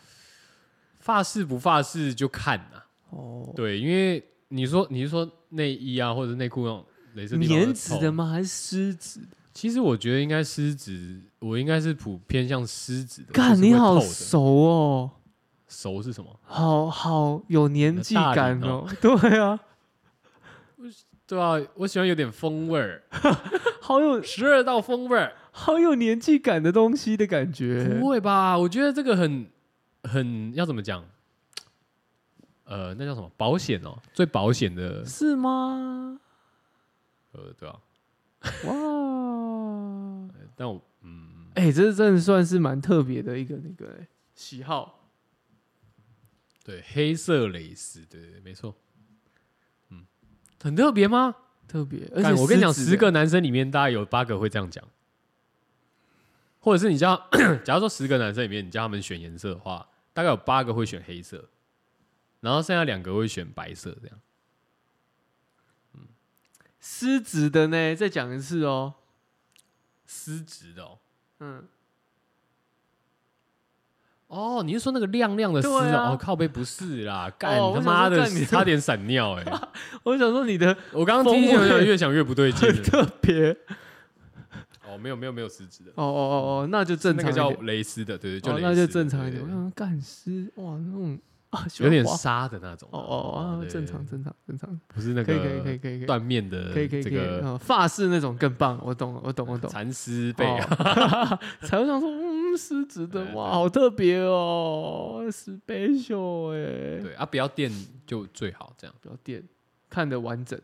A: 发饰不发饰就看啊呐、
B: 哦，
A: 对，因为你说你是说内衣啊，或者内裤那种蕾丝地方
B: 棉
A: 会
B: 质
A: 透
B: 的？吗？还是丝质的？
A: 其实我觉得应该狮子，我应该是普偏向狮子的。
B: 干，
A: 就是会
B: 你好
A: 透的
B: 熟哦。
A: 熟是什么？
B: 好好有年纪感
A: 大
B: 哦， 对啊，
A: 对啊，我喜欢有点风味儿，
B: 好有
A: 十二道风味儿。
B: 好有年纪感的东西的感觉
A: 不。会吧？我觉得这个很很要怎么讲？呃，那叫什么保险哦？最保险的
B: 是吗？
A: 呃，对啊，
B: 哇，
A: 但我嗯，
B: 哎、这真的算是蛮特别的一个那个、哎喜好。
A: 对，黑色蕾丝，对对对，没错，嗯，很特别吗？
B: 特别，而且
A: 但我跟你讲，
B: 狮子
A: 十个男生里面大概有八个会这样讲，或者是你叫， 假如说十个男生里面你叫他们选颜色的话，大概有八个会选黑色，然后剩下两个会选白色，这样
B: 狮子的呢，再讲一次哦。
A: 丝质的哦。
B: 嗯，
A: 哦，你是说那个亮亮的丝
B: 对
A: 哦？
B: 啊
A: 哦靠背不是 啦，干、
B: 哦我
A: 他
B: 想
A: 妈
B: 说
A: 的
B: 干你
A: 差点闪尿 哎、
B: 我想说你的
A: 我刚刚听
B: 风味
A: 越越想越不对劲
B: 很
A: 了。
B: 特别。
A: 哦，没有没有没有实质的，
B: 哦哦哦哦，那就正
A: 那
B: 常
A: 个
B: 一
A: 叫
B: 点。
A: 蕾丝的，对对，就蕾
B: 哦，
A: 丝的、
B: 那就正常一
A: 对对
B: 点。我
A: 对
B: 想干狮，哇，那种啊，喜
A: 有
B: 欢
A: 点
B: 滑
A: 沙的那种。
B: 哦哦
A: 对对
B: 哦，正
A: 对
B: 常正常正常，
A: 不是那
B: 可以可以可以
A: 个
B: 可以可以。
A: 断面的
B: 可以可以可
A: 这
B: 以，
A: 个
B: 嗯发饰那种更棒，我懂了我懂我 懂。
A: 蚕丝被啊，
B: 哦 才会想说，嗯，狮子
A: 对
B: 的
A: 对
B: 哇，好特别哦，special 哎、
A: 对啊，不啊要垫就最好，这样
B: 不要垫，看的完整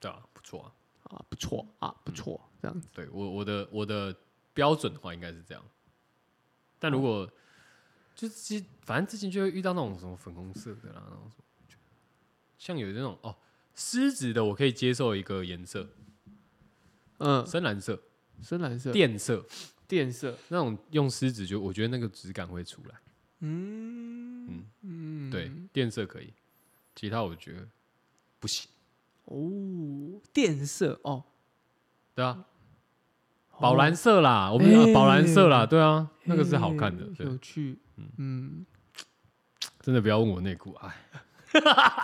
A: 对啊，不错啊。
B: 啊，不错啊，不错，这样子
A: 对我我的我的标准的话应该是这样，但如
B: 哦
A: 果、就是其实反正之前就会遇到那种什么粉红色的啦，那种什么，像有那种哦狮子的我可以接受一个颜色，
B: 嗯，
A: 深蓝色、
B: 深蓝色
A: 电色
B: 电色，
A: 那种用狮子就我觉得那个质感会出来，
B: 嗯嗯，
A: 对，电色可以，其他我觉得不行，
B: 哦，电色哦，
A: 对啊，宝蓝
B: 嗯哦
A: 色啦，我们啊
B: 哎
A: 宝蓝色啦，对啊，那个是好看的
B: 哎，
A: 对
B: 有趣，嗯，
A: 真的不要问我内裤，哎。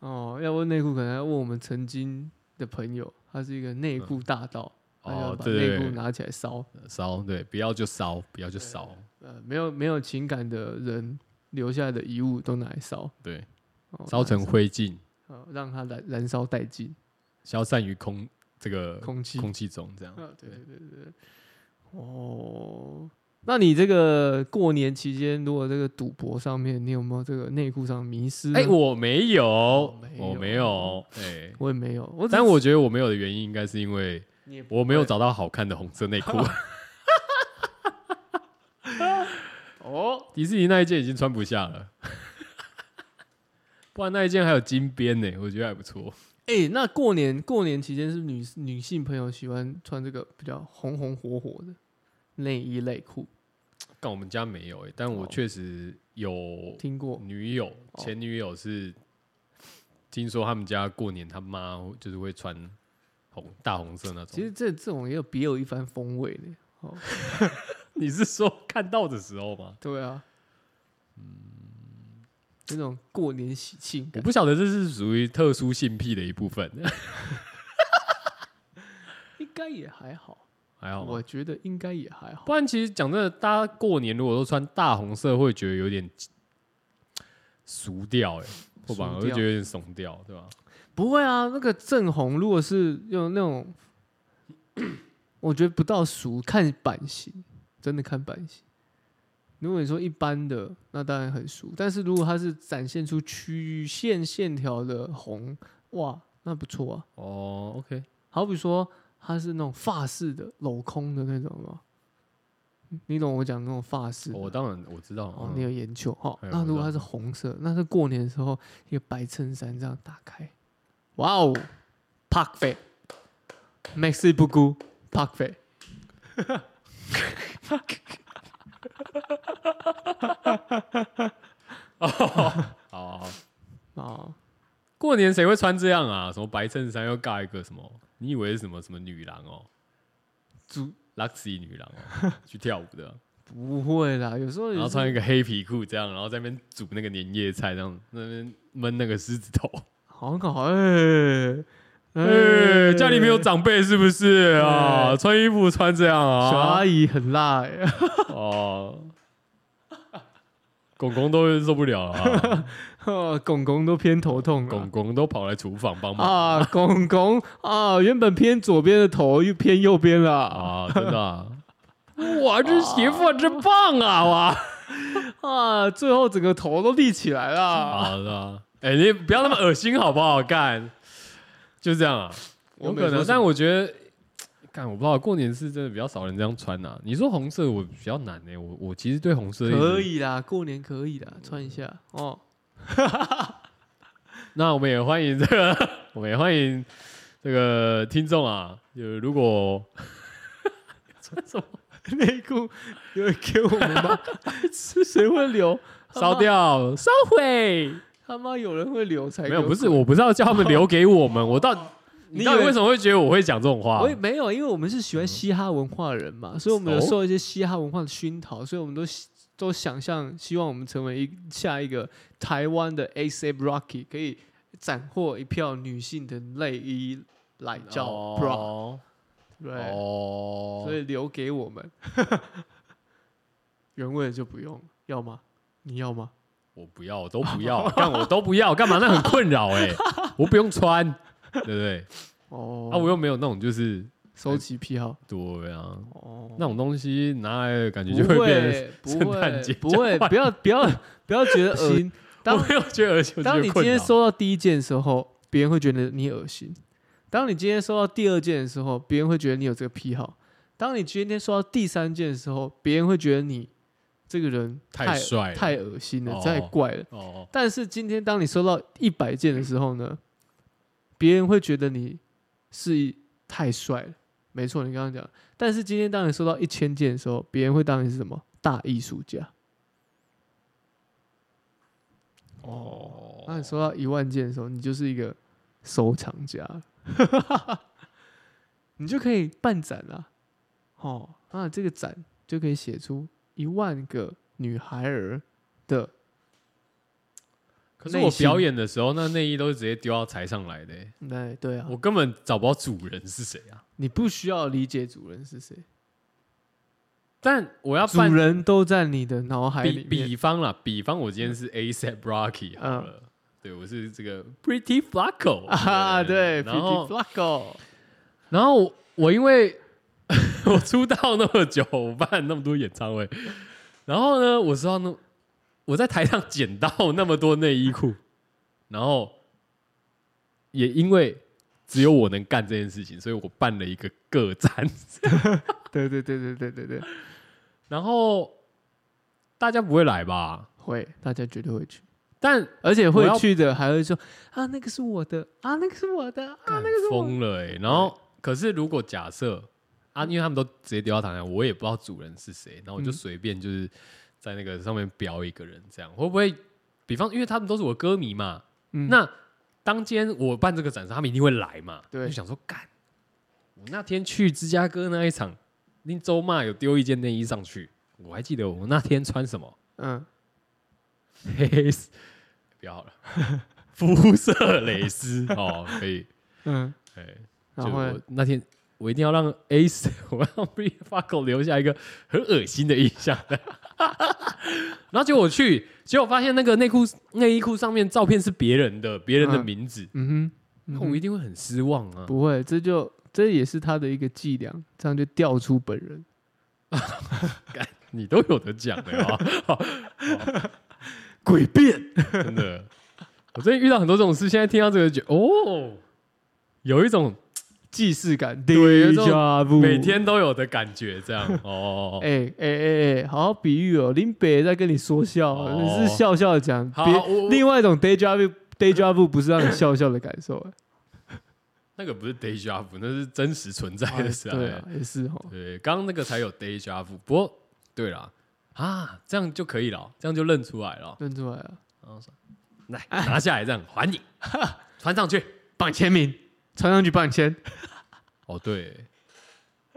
B: 哦，要问内裤，可能要问我们曾经的朋友，他是一个内裤大盗，
A: 嗯
B: 他
A: 哦
B: 就哎把
A: 对对
B: 内裤
A: 对
B: 拿起来烧。
A: 烧，对，不要就烧，不要就烧，
B: 呃，没有没有情感的人留下来的遗物都拿来烧，
A: 对，
B: 哦
A: 烧成灰烬，
B: 拿来呃，让它燃燃烧殆尽
A: 消散于空这个
B: 空气。
A: 空气中，这样。
B: 啊，对对对对，哦，那你这个过年期间，如果这个赌博上面，你有没有这个内裤上迷失呢？
A: 哎，我没有，
B: 哦没有
A: 我没有，哎，
B: 我也没有，我只
A: 但我觉得我没有的原因，应该是因为
B: 你也不
A: 我没有
B: 会
A: 找到好看的红色内裤。
B: 哦，
A: 迪士尼那一件已经穿不下了， 不然那一件还有金边呢，我觉得还不错。
B: 哎、那过年过年期间是女女性朋友喜欢穿这个比较红红火火的内衣内裤，
A: 但我们家没有哎，但我
B: 哦
A: 确实有
B: 听过
A: 女友
B: 哦
A: 前女友是听说他们家过年他妈就是会穿红大红色那种。
B: 其实这这种也有别有一番风味呢。哦，
A: 你是说看到的时候吗？
B: 对啊，那啊种过年喜庆
A: 我
B: 感。
A: 不晓得这是属于特殊性癖的一部 分，
B: 应该也还好，
A: 还好吗
B: 我觉得应该也还好。
A: 不然其实讲真的，大家过年如果都穿大红色，会觉得有点俗掉、 欸，哎，会吧？我
B: 俗
A: 就
B: 掉
A: 觉得有点怂掉，对吧？
B: 不会啊，那个正红如果是用那种，我觉得不到熟，看版型，真的看版型。如果你说一般的，那当然很熟，但是如果它是展现出曲线线条的红，哇，那不错啊。
A: 哦，OK，
B: 好比说它是那种发式的镂空的那种吗？你懂我讲那种发式的？
A: 我当然我知道，
B: 啊哦，
A: 嗯
B: 你有研究哈、哦
A: 哎
B: 那
A: 我
B: 如果
A: 知
B: 它
A: 道
B: 是红色，那是过年的时候一个白衬衫这样打开，哇哦，perfect。Maxi 不孤 perfect。
A: 好好好，
B: 哦，
A: 过年谁会穿这样啊？什么白衬衫又尬一个什么？你以为是什么什么女郎哦、
B: 主
A: Luxy 女郎 哦、去跳舞的，
B: 不会啦，有时候
A: 然
B: 也
A: 后
B: 是
A: 穿一个黑皮裤这样，然后在那边煮那个年夜菜，这样那边焖那个狮子头。
B: 好搞哎
A: 哎、家里没有长辈是不是啊？
B: 哎
A: 穿衣服穿这样啊？
B: 小阿姨很辣哎、
A: 哦，公公都受不了了、 啊，
B: 哦公公都偏头痛了
A: 公公都跑来厨房帮忙
B: 啊，公公啊，原本偏左边的头又偏右边了啊
A: 啊，真的啊、哇，这媳妇真棒啊！哇，
B: 啊，最后整个头都立起来了啊。
A: 好的、哦啊，哎、你不要那么恶心好不好？干，就这样啊，有
B: 我没
A: 可
B: 说
A: 能，
B: 什
A: 但
B: 么
A: 我觉得。干我不知道，过年是真的比较少人这样穿呐、啊。你说红色，我比较难呢、我我其实对红色一直
B: 可以啦，过年可以啦，穿一下哦。
A: 那我们也欢迎这个， 我们也欢迎这个听众啊，就是如果穿什么
B: 内裤有人给我们吗？是 谁会留？ 他妈
A: 烧？掉、 烧毁，
B: 他妈有人会留才
A: 没有，
B: 给
A: 不是，
B: 滚，
A: 我不是要叫他们留给我们，我 到底你
B: 你
A: 到底
B: 以为嗯
A: 为什么会觉得我会讲这种话
B: 我？也没有，因为我们是喜欢嘻哈文化的人嘛，所以我们有受一些嘻哈文化的熏陶，所以我们都希都想象，希望我们成为一下一个台湾的 ASAP Rocky，可以斩获一票女性的内衣来叫 bra，、
A: 哦
B: 对。
A: 哦，
B: 所以留给我们。 原味的就不用，要吗？你要吗？
A: 我不要，我都不要， 干我都不要，干嘛？那很困扰 哎，我不用穿，对不对？
B: 哦，
A: 啊，我又没有那种就是
B: 收集癖好。
A: 对啊，
B: 哦，
A: 那种东西拿来感觉就
B: 不
A: 会变 成
B: 会，不
A: 圣诞节
B: 会，不 会，不要，不要，不要觉得恶心。当
A: 我没有觉得恶心，我觉得
B: 当你今
A: 困
B: 天
A: 扰
B: 收到第一件的时候，别人会觉得你恶心；当你今天收到第二件的时候，别人会觉得你有这个癖好；当你今天收到第三件的时候，别人会觉得你这个人
A: 太帅了
B: 太恶心了，
A: 哦
B: 太怪了。
A: 哦，
B: 但是今天当你收到一百件的时候呢，别人会觉得你是太帅了，没错，你刚刚讲。但是今天当你收到一千件的时候，别人会当你是什么大艺术家。
A: 哦
B: 当你收到一万件的时候，你就是一个收藏 家了，你就可以办展了。哦，那这个展就可以写出一万个女孩儿的
A: 可是我
B: 内心
A: 表演的时候，那内衣都是直接丢到台上来的欸、
B: 那对啊
A: 我，根本找不到主人是谁啊！
B: 你不需要理解主人是谁。
A: 但我要
B: 主
A: 办
B: 人都在你的脑海
A: 比
B: 里面。
A: 比方啦，比方我今天是 ASAP Rocky 好
B: 嗯
A: 了，对我是这个 Pretty Flaco
B: 啊，对
A: 然
B: ，Pretty
A: 后
B: Flaco，
A: 然后我我因为 我出道那么久，我办那么多演唱会，然后呢，我知道那我在台上捡到那么多内衣裤，然后也因为只有我能干这件事情，所以我办了一个个展，
B: 对对对对对对对，
A: 然后大家不会来吧？
B: 会，大家绝对会去，
A: 但
B: 而且
A: 我
B: 会
A: 要
B: 去的还会说啊，那个是我的，啊，那个是我的，啊，那个是我的，
A: 疯了哎、然后可是如果假设啊，因为他们都直接丢到台上，我也不知道主人是谁，然后我就
B: 嗯
A: 随便就是在那个上面标一个人，这样会不会？比方，因为他们都是我歌迷嘛，
B: 嗯
A: 那当天我办这个展示，他们一定会来嘛，
B: 对
A: 我就想说干，我那天去芝加哥那一场，那周嘛有丢一件内衣上去，我还记得我那天穿什么
B: 嗯，
A: 黑不要好了， 肤色蕾丝哦，可以，
B: 嗯，
A: 哎，就
B: 然后呢
A: 我那天我一定要让 Ace，我 要 b r e f a c o 留下一个很恶心的印 象。然后结果我去，结果发现那个内裤内衣裤上面照片是别人的，别人的
B: 嗯
A: 名字，
B: 嗯哼，嗯
A: 那
B: 哼
A: 我一定会很失望啊。
B: 不会，这就这也是他的一个伎俩，这样就调出本人。
A: 你都有得讲的啊！ 好好诡辩，真的，我最近遇到很多这种事，现在听到这个就哦，有一种
B: 既视感，
A: 对有一种
B: Deja vu
A: 每天都有的感觉，这样哦。
B: 哎哎哎哎，好好比喻哦，林北在跟你说笑哦，
A: 哦
B: 你是笑笑地讲，
A: 好
B: 别
A: 我我
B: 另外一种 deja vu deja vu 不是让你笑笑的感受， 哎
A: 那个不是 deja vu，那是真实存在的事
B: 对啊，也是哦，
A: 对，刚刚那个才有 deja vu。不过，对啦，啊，这样就可以了，这样就认出来了。
B: 认出来啊了，
A: 然后说，来拿下来，这样还你， 穿上去。
B: 帮你签名，传上去帮你签，
A: 哦，对，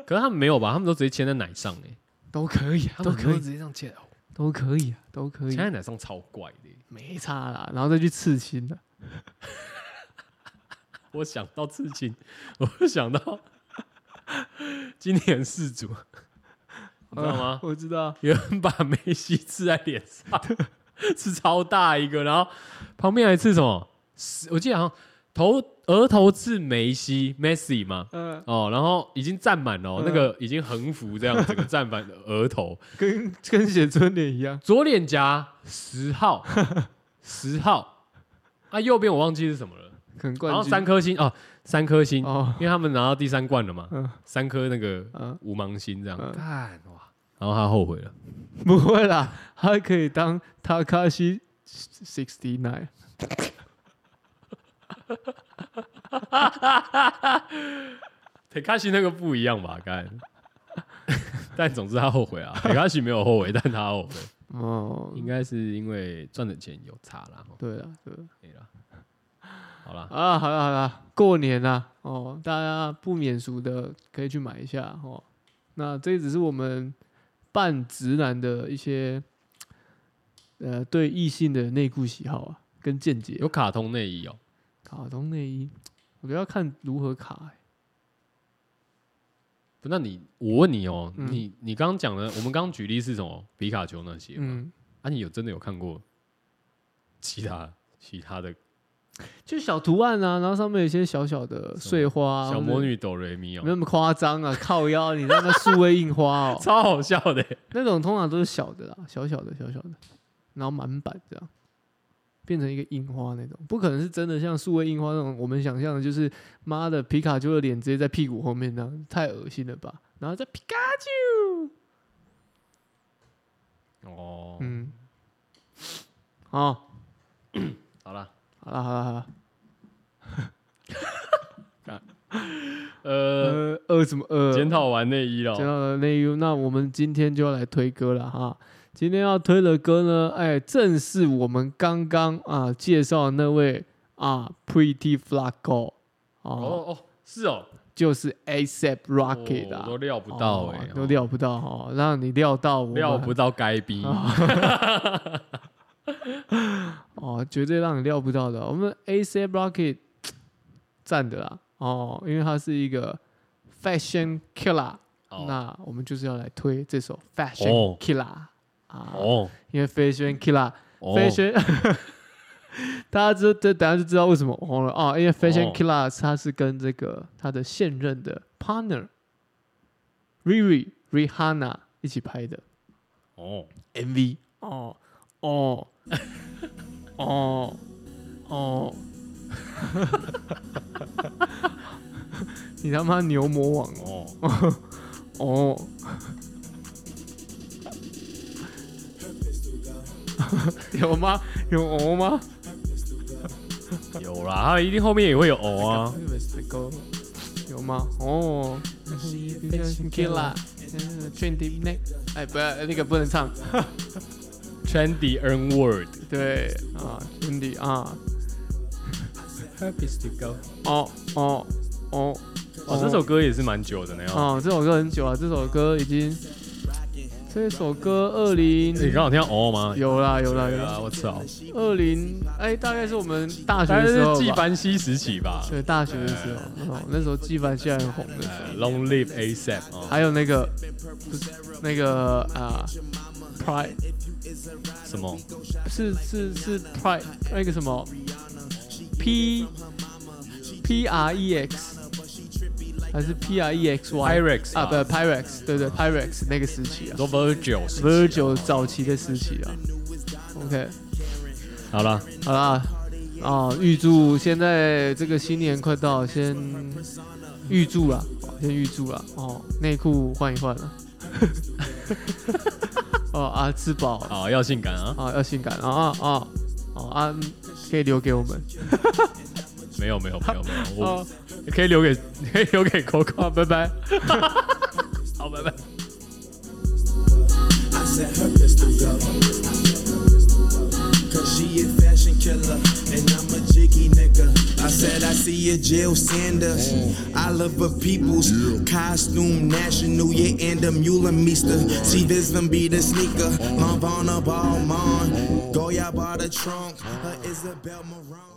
A: 可是他们没有吧？他们都直接签在奶上哎、
B: 都可以啊，
A: 他
B: 都
A: 们
B: 可以，
A: 直接这样签哦。
B: 都可以啊，都可以
A: 签，在奶上超怪的欸、
B: 没差啦，然后再去刺青啊的，
A: 我想到刺青，我想到 今年世足，你知道吗
B: 嗯？ 我知道，
A: 有人把梅西刺在脸上，刺超大一个，然后旁边还刺什么？是我记得好像头额头刺梅西 Messi 嘛，
B: 嗯，
A: 哦，然后已经占满了哦、
B: 嗯
A: 那个已经横幅这样，整个占满了额头，
B: 跟跟写春联一样，
A: 左脸颊十 号，十号，啊，右边我忘记是什么了，
B: 可能
A: 然
B: 冠
A: 后
B: 军
A: 三颗星哦，三颗星，
B: 哦，
A: 因为他们拿到第三冠了嘛，
B: 嗯
A: 三颗那个
B: 嗯，
A: 无芒星这样，
B: 嗯
A: 干哇，然后他后悔了。
B: 不会啦，他可以当 Takashi sixty nine。
A: t 卡西那个不一样吧？干， 但总之他后悔啊。t 卡西没有后悔，但他后悔，
B: 哦，
A: 应该是因为赚的钱有差啦，吼
B: 对了，对了，
A: 可以啦。好啦，
B: 啊，好了好了，过年啦，哦，大家不免俗的可以去买一下哦。那这只是我们半直男的一些，呃，对异性的内裤喜好啊，跟见解。
A: 有卡通内衣哦、
B: 卡通内衣，我觉得要看如何卡、欸。
A: 不，那你我问你哦、
B: 嗯
A: 你你刚刚讲的，我们刚刚举例是什么？皮卡丘那些嘛。
B: 嗯，
A: 啊，你有真的有看过其他其他的
B: 就小图案啊，然后上面有一些小小的碎花、啊，
A: 小
B: 或
A: 魔
B: 者
A: 女哆瑞咪
B: 没
A: 哦，，
B: 那么夸张啊，靠腰，你在那数位印花哦
A: 超好笑的、
B: 那种通常都是小的啦，小小的小小的，然后满版这样，变成一个印花那种，不可能是真的像数位印花那种我们想象的，就是妈的皮卡丘的脸直接在屁股后面那样，太恶心了吧？然后再皮卡，
A: 哦，
B: 嗯，哦，
A: 好啦，
B: 好了好了好了，
A: 呃，
B: 呃呃什么呃，
A: 检讨完内衣了
B: 讲，到了内衣，那我们今天就要来推歌了哈。今天要推的歌呢，哎，正是我们刚刚啊介绍的那位啊 Pretty Flaco 哦，
A: 哦哦，是哦，
B: 就是 ASAP Rocky
A: 哦
B: 啦
A: 我，都料不到哎、
B: 啊哦
A: 欸，
B: 都料不到哈、哦，让你料到我 们
A: 料不到该逼，
B: 哦，绝对让你料不到的。我们 ASAP Rocky 赞的啦哦，因为他是一个 Fashion Killer，、
A: 哦
B: 那我们就是要来推这首 Fashion
A: 哦
B: Killer、啊。
A: 哦
B: 因为 Fashion Killer
A: 哦
B: Fashion，、大家知这等下就知道为什么我红了啊、哦，因为 Fashion
A: 哦
B: Killer 他是跟这个他的现任的 partner Riri Rihanna 一起拍的
A: 哦
B: MV 哦哦 哦哦， 你他妈牛魔王哦！
A: 哦，
B: 哦。 有吗？有哦吗？
A: 有啦，他一定后面也会有哦 啊，
B: 有吗？哦。Killa，Trendy Neck，哎，不要，那个不能唱。
A: ，trendy N word，
B: 对啊，Trendy 啊，哦哦哦。
A: 哦，这首歌也是蛮久的呢，哦
B: 哦，这首歌很久啊，这首歌已经这首歌二零
A: 你刚好听到哦吗？
B: 有啦有啦有啦，
A: 啊，我操！
B: 二零哎，大概是我们
A: 大
B: 大学
A: 概
B: 的时
A: 是
B: 候
A: 纪
B: 吧。
A: 梵希时期 吧。
B: 对，大学的时候，哦，那时候纪梵希还很红的，
A: 呃，Long Live ASAP 啊，
B: 还有那个不是那个啊、p r i d e
A: 什么？
B: 是是是 Pride 那个什么 P P R E X 还是 P R E X Y
A: Pyrex
B: 啊，不
A: 吧
B: Pyrex 对对 Pyrex 那个时期啊
A: 都 Virgil 是不是。
B: ，Virgil 早期的时期啊，OK。
A: 好了，
B: 好啦，啊，预祝现在这个新年快到，先预祝啦，先预祝啦。哦，内裤换一换了。 哦啊，吃饱啊，
A: 好要性感啊？
B: 要性感啊啊啊哦啊，嗯可以留给我们
A: 没有没有没有没有，
B: 哦
A: 我可以留给 可以留给 Coco。
B: 啊，拜拜。
A: 好，拜拜。
C: I set her pistol go. Cause she a fashion killer, and I'm a jiggy nigga. I said I see a Jill Sanders. I love her people's costume, national, yeah, and a mule meester. See this them be the sneaker. Mom on a ball, mom. Goya by the trunk. Her Isabel Marone.